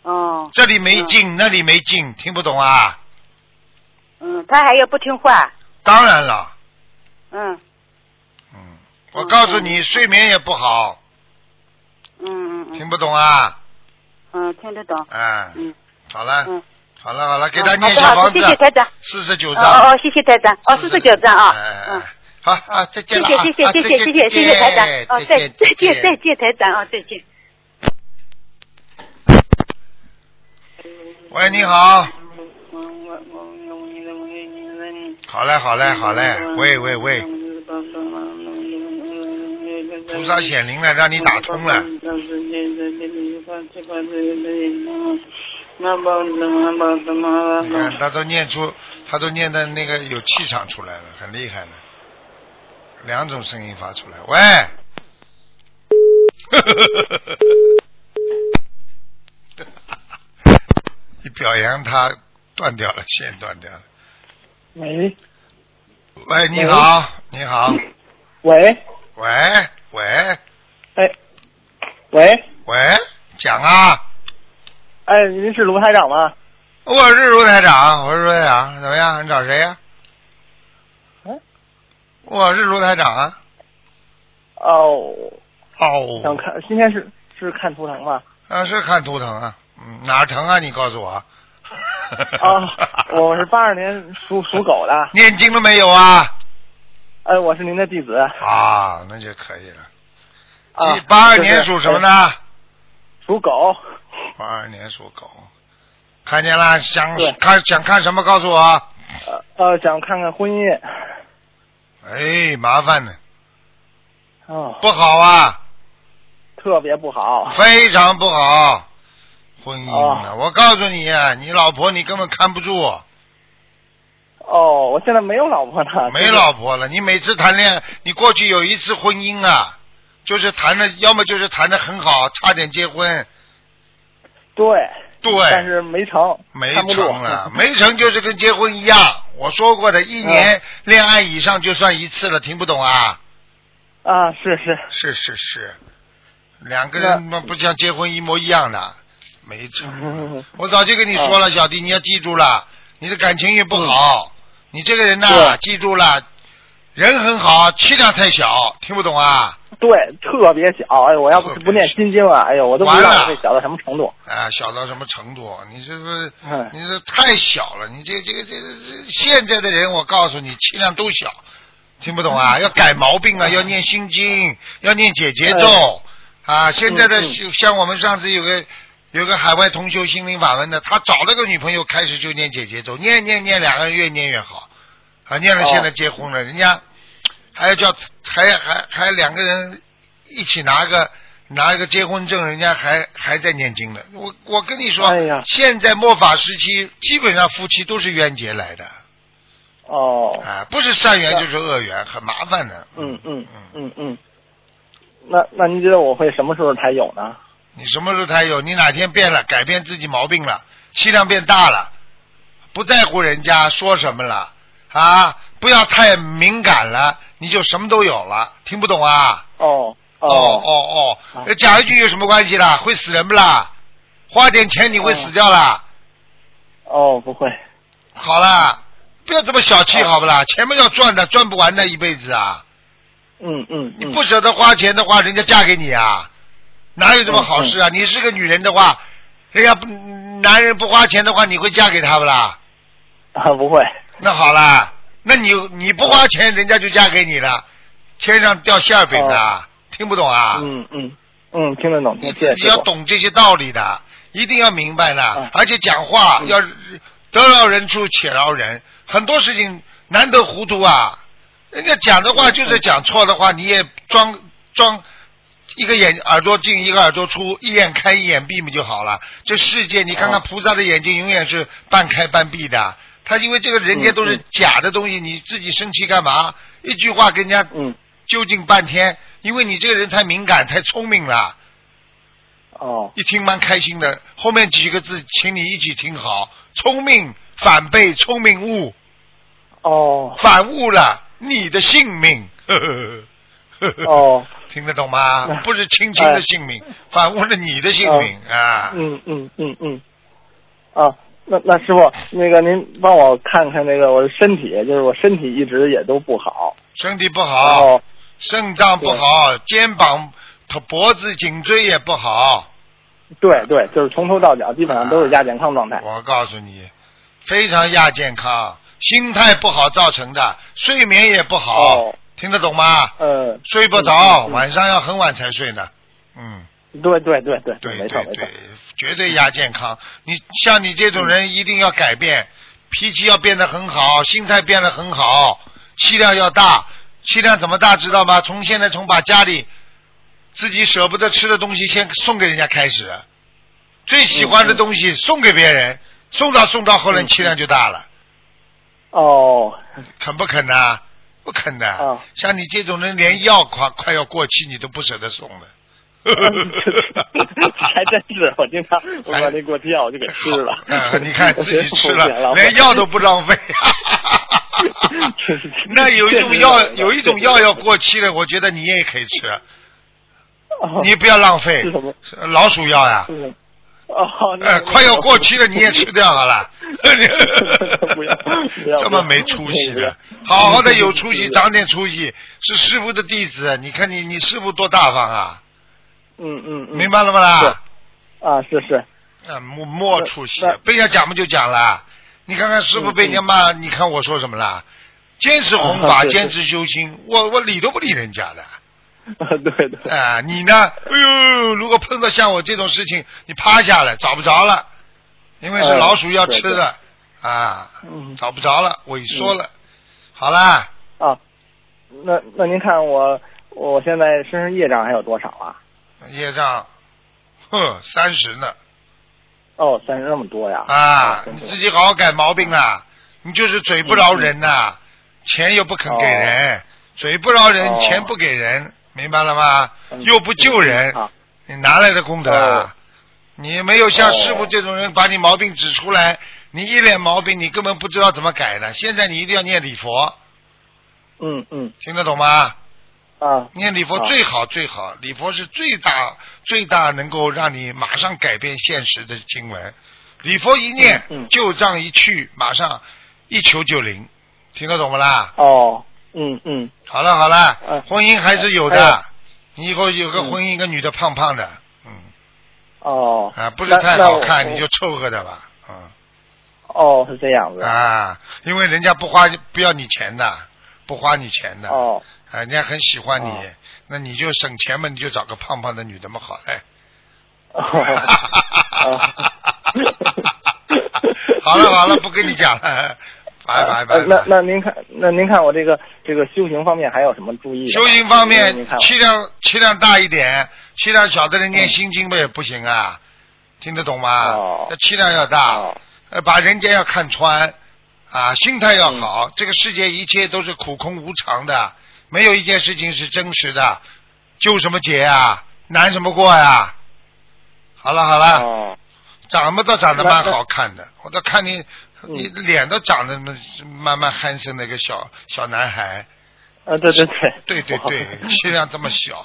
哦，这里没劲那里没劲，听不懂啊？嗯，他还要不听话，当然了，嗯我告诉你，睡眠也不好，嗯嗯嗯听不懂啊？嗯，听得懂，嗯，好了嗯，好了，好了，给嗯他好念的小好的房子谢谢台长，四十九哦哦章哦，，谢谢台长，哦，四十九张哎啊，嗯。好啊，再谢见了谢啊，谢啊谢谢谢谢谢谢谢台长，哦再再见再见再见台长哦再见。喂，你好。好嘞，好嘞，好嘞。喂喂喂，嗯菩萨显灵了，让你打通了。嗯你看他都念出，他都念的那个有气场出来了，很厉害了。两种声音发出来，喂。 你表扬他断掉了，线断掉了。喂喂，你好，你好，喂哎喂喂喂，喂，讲啊，哎，您是卢台长吗？我是卢台长，我是卢台长，怎么样？你找谁呀、嗯我是卢台长啊。哦哦。想看，今天是是看图 腾吗？啊，是看图腾啊，嗯，哪儿疼啊？你告诉我。啊，我是八二年属属狗的。 念经了没有啊？哎，我是您的弟子。啊，那就可以了。啊你八二年属什么？就是呢？属狗。八二年属狗，看见了，想看想看什么？告诉我啊。呃，想看看婚姻。哎，麻烦了，哦，不好啊，特别不好。非常不好，婚姻啊！哦我告诉你，啊你老婆你根本看不住，啊哦，我现在没有老婆呢。没老婆了。你每次谈恋爱，你过去有一次婚姻啊，就是谈的，要么就是谈的很好，差点结婚，对。对嗯但是没成。没看不住嗯成了，没成就是跟结婚一样。我说过的，一年恋爱以上就算一次了，听不懂啊？啊，是是。是是是，两个人那不像结婚一模一样的，没嗯成。啊我早就跟你说了，小弟，你要记住了，你的感情运不好，你这个人呐，记住了，人很好，气量太小，听不懂啊？对，特别小。哎，我要不是不念心经啊，哎呦，我都不知道我这小到什么程度。嗯啊，小到什么程度？你这不是，哎你这太小了，你这这个这个这个现在的人，我告诉你，气量都小，听不懂嗯啊？要改毛病啊，要念心经，要念解节奏啊。现在的嗯嗯就像我们上次有个有个海外同修心灵法门的，他找了个女朋友，开始就念解节奏，念念念，两个人越念越好啊，念了哦现在结婚了，人家还要叫还还还两个人一起拿个。拿一个结婚证，人家还还在念经呢。我我跟你说，现在末法时期，基本上夫妻都是冤结来的，哦。啊，不是善缘那就是恶缘，很麻烦的。嗯嗯嗯嗯。那那您觉得我会什么时候才有呢？你什么时候才有？你哪天变了，改变自己毛病了，气量变大了，不在乎人家说什么了啊，不要太敏感了，你就什么都有了。听不懂啊？哦哦哦哦，讲一句有什么关系啦？会死人不啦？花点钱你会死掉啦？哦，不会。好啦，不要这么小哦气，好不啦？钱嘛要赚的，赚不完的一辈子啊！嗯嗯，你不舍得花钱的话，人家嫁给你啊，哪有这么好嗯事啊？你是个女人的话，人家不男人不花钱的话，你会嫁给他不啦？啊，不会。那好啦，那你你不花钱，人家就嫁给你了，天上掉馅儿饼的，听不懂啊？哦嗯嗯嗯，听得懂，你自己要懂这些道理的，一定要明白的，而且讲话要得饶人处且饶人，很多事情难得糊涂啊。人家讲的话就是讲错的话，你也装装一个眼耳朵进一个耳朵出，一眼开一眼闭不就好了？这世界你看看菩萨的眼睛永远是半开半闭的，他因为这个人间都是假的东西，你自己生气干嘛？一句话跟人嗯家嗯究竟半天，因为你这个人太敏感太聪明了。哦，一听蛮开心的，后面几个字请你一起听好：聪明反被聪明误，哦，反误了你的性命。呵呵呵呵哦， 听得懂 吗？那不是亲亲的性命，反误了你的性命、啊！嗯嗯嗯嗯，啊，那那师傅，那个您帮我看看那个我的身体，就是我身体一直也都不好。身体不哦好，肾脏不好，肩膀、头脖子、颈椎也不好。对对，就是从头到脚基本上都是亚健康状态。我告诉你，非常亚健康，心态不好造成的，睡眠也不好，哦听得懂吗？呃，睡不着，嗯嗯嗯晚上要很晚才睡呢。嗯，对对对对对，没对错没错对。，绝对亚健康。你像你这种嗯人，一定要改变，脾气要变得很好，心态变得很好，气量要大。气量怎么大，知道吗？从现在从把家里自己舍不得吃的东西先送给人家开始，最喜欢嗯的东西送给别人，送到送到后来气量就大了。哦， 肯不肯呐、不肯的、啊像你这种人，连药快快要过期，你都不舍得送 了。还真是，我经常我把那过期药我就给吃了。哎嗯，你看自己吃 我觉得不了，浪费连药都不浪 费。那有一种药，有一种药要过期了，我觉得你也可以吃，你不要浪费。哦是什么？嗯老鼠药呀，哦，那 呃，个快要过期了，你也吃掉好了。不要不要这么没出息的，好好的有出息，长点出息，是师傅的弟子。你看你，你师傅多大方啊！嗯嗯嗯，明白了吗啦？对？啊，是是， 啊，莫莫出息，啊被人家讲嘛就讲了。你看看师傅被人家骂，你看我说什么啦？坚持弘嗯啊法，对对坚持修心，我我理都不理人家的。对对。啊，你呢？哎呦，如果碰到像我这种事情，你趴下了，找不着了，因为是哎老鼠要对吃的啊，嗯找不着了，萎缩了。好啦，啊，那那您看我我现在身上业障还有多少啊？业障，哼，三十呢哦，三十那么多呀！啊，真你是自己好好改毛病啦。你就是嘴不饶人呐、钱又不肯给人，嘴不饶人，哦钱不给人，明白了吗？嗯又不救嗯人，啊你哪来的功德啊？你没有像师傅这种人把你毛病指出来，你一脸毛病，你根本不知道怎么改的。现在你一定要念礼佛，嗯嗯听得懂吗？啊，念礼佛啊最好最好，礼佛是最大最大能够让你马上改变现实的经文。礼佛一念，嗯旧账一去，马上一求就灵，听得懂不啦？哦，嗯嗯，好了好了，婚姻还是有啊哎的，你以后有个婚姻，一个女的胖胖的嗯哦啊，不是那太那好我看，我你就凑合的吧，嗯哦，是这样子啊，因为人家不花不要你钱的，不花你钱的，哦啊，人家很喜欢你，那你就省钱嘛，你就找个胖胖的女的嘛，好嘞。 啊 好了 好了，不跟你讲了，拜拜呃拜，那拜。那您看，那您看我这个这个修行方面还有什么注意的吗？修行方您面嗯看我，嗯气量气量大一点，气量小的人念心经不也不行啊？听得懂吗？哦这气量要大，呃，把人家要看穿啊，心态要嗯好。这个世界一切都是苦空无常的，没有一件事情是真实的。哦纠什么结啊？难什么过呀、好了好了，长么倒长得蛮好看的，我都看你你脸都长得慢慢憨生的一个小小男孩。啊，对对对， 对对对，气量这么小，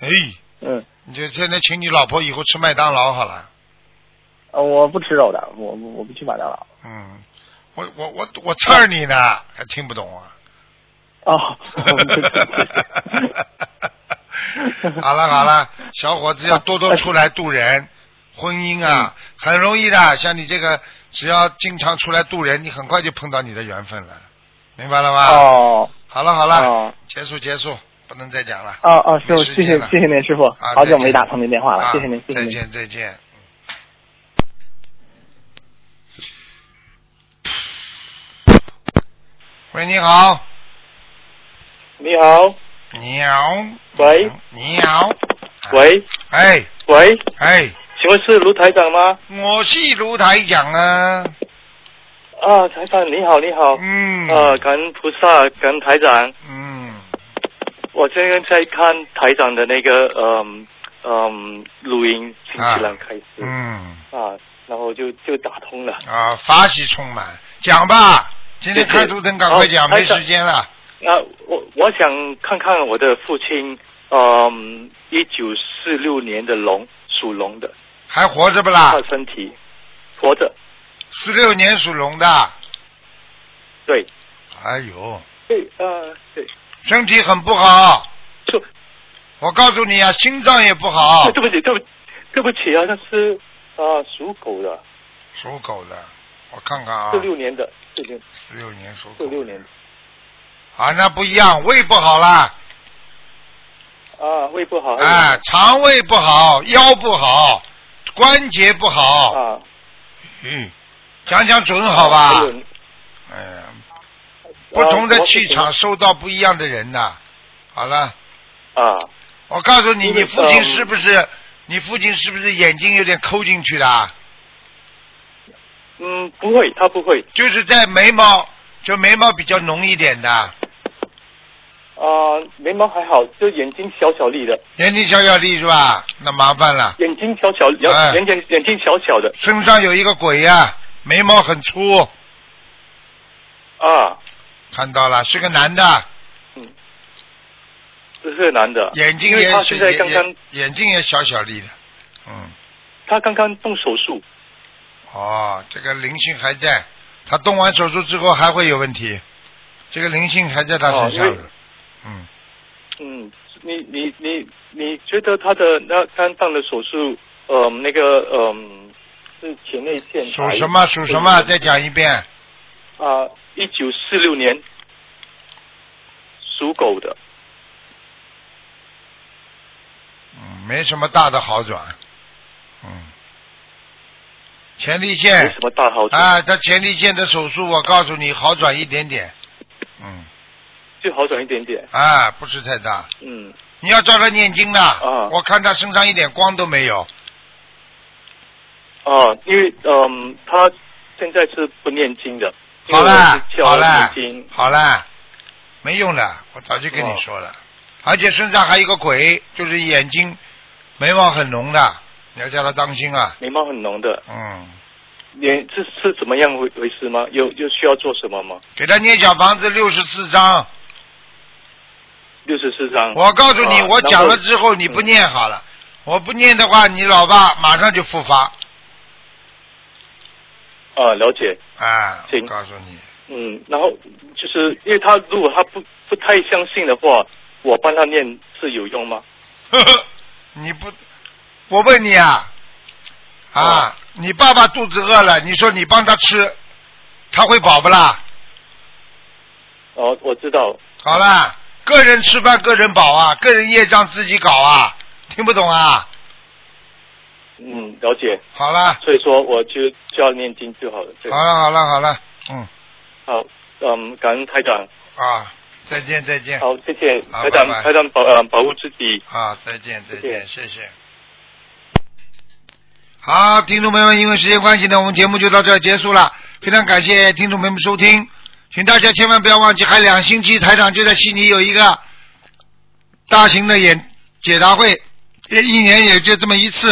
哎， 嗯，你就天天请你老婆以后吃麦当劳好了。呃，我不吃肉的，我我我不去麦当劳。嗯，我我我我刺儿你呢，还听不懂啊？哦， 好了好了，小伙子要多多出来渡人，婚姻啊嗯很容易的，像你这个只要经常出来渡人，你很快就碰到你的缘分了，明白了吗？哦，好啊了好了哦，结束结束，不能再讲了。哦哦，师傅，没时谢间谢了谢谢您，师傅，啊好久再没见打通您电话了，啊谢谢您，谢谢再您。见再见。喂，你好，你啊好，你好，喂，你好，喂，哎，喂，哎，请问是卢台长吗？我是卢台长啊。啊，台长你好，你好。嗯。啊，感恩菩萨，感恩台长。嗯。我今天在看台长的那个嗯嗯录音，新西兰开始啊嗯，啊然后就就打通了。啊，法喜充满，讲吧，今天开图腾，赶快讲，好没台长时间了。那、我我想看看我的父亲，嗯，一九四六年的龙，属龙的，还活着不啦他？身体活着，十六年属龙的。对。哎呦，对，呃，对，身体很不好就。我告诉你啊，心脏也不好对，对不起，对不起，对不起啊，那是啊、属狗的，属狗的。我看看啊四，六年的，四六十六年属四六年的啊，那不一样，胃不好啦，啊，胃不好，哎，肠胃不好，腰不好，关节不好。啊，嗯，讲讲准哦好吧还？有呃哎呀，不同的气场收到不一样的人呐。好了，啊，我告诉你，因为你父亲嗯是不是你父亲是不是眼睛有点抠进去的啊？嗯，不会，他不会就是在眉毛，就眉毛比较浓一点的，啊，眉毛还好，就眼睛小小粒的，眼睛小小粒是吧？那麻烦了，眼睛小小，哎眼眼眼睛小小的身上有一个鬼呀、眉毛很粗，啊，看到了，是个男的，这是男的，眼睛因为也他现在也刚刚也眼睛也小小粒的，嗯，他刚刚动手术，哦，这个灵性还在，他动完手术之后还会有问题，这个灵性还在他身上哦因的，嗯，嗯，你你你你觉得他的那刚当的手术，呃，那个嗯、是前列腺嗯属什么属什么？再讲一遍，啊，一九四六年属狗的，嗯，没什么大的好转，嗯，前列没腺什么大好处，哎啊，他前列腺的手术，我告诉你，好转一点点，嗯，就好转一点点。啊，不是太大，嗯，你要叫他念经的，啊我看他身上一点光都没有，啊，因为嗯、他现在是不念经的。因为好我啦是，好叫啦他念经，好啦，没用的，我早就跟你说哦了。而且身上还有一个鬼，就是眼睛眉毛很浓的，你要叫他当心啊。眉毛很浓的，嗯，你这是怎么样回回事吗？有有需要做什么吗？给他念小房子六十四章。六十四张。我告诉你，啊我讲了之后然嗯你不念好了，我不念的话，你老爸马上就复发。啊，了解。啊，行我告诉你， 嗯，然后就是因为他如果他不不太相信的话，我帮他念是有用吗？呵呵，你不，我问你啊，啊，哦你爸爸肚子饿了，你说你帮他吃，他会饱不啦？哦，我知道。好啦，个人吃饭个人饱啊，个人业障自己搞啊，听不懂啊？嗯，了解。好啦，所以说我就就要念经就好了。对好，了，好了，好了，嗯，好，嗯，感恩台长。啊，再见，再见，好，谢谢好台长，拜拜台长保呃保护自己。啊，再见，再见，谢谢谢。好，听众朋友们，因为时间关系呢，我们节目就到这儿结束了。非常感谢听众朋友们收听，请大家千万不要忘记，还两星期台长就在悉尼有一个大型的演解答会，一一年也就这么一次，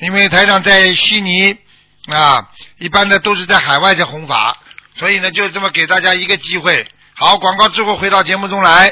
因为台长在悉尼啊，一般的都是在海外在弘法，所以呢，就这么给大家一个机会。好，广告之后回到节目中来。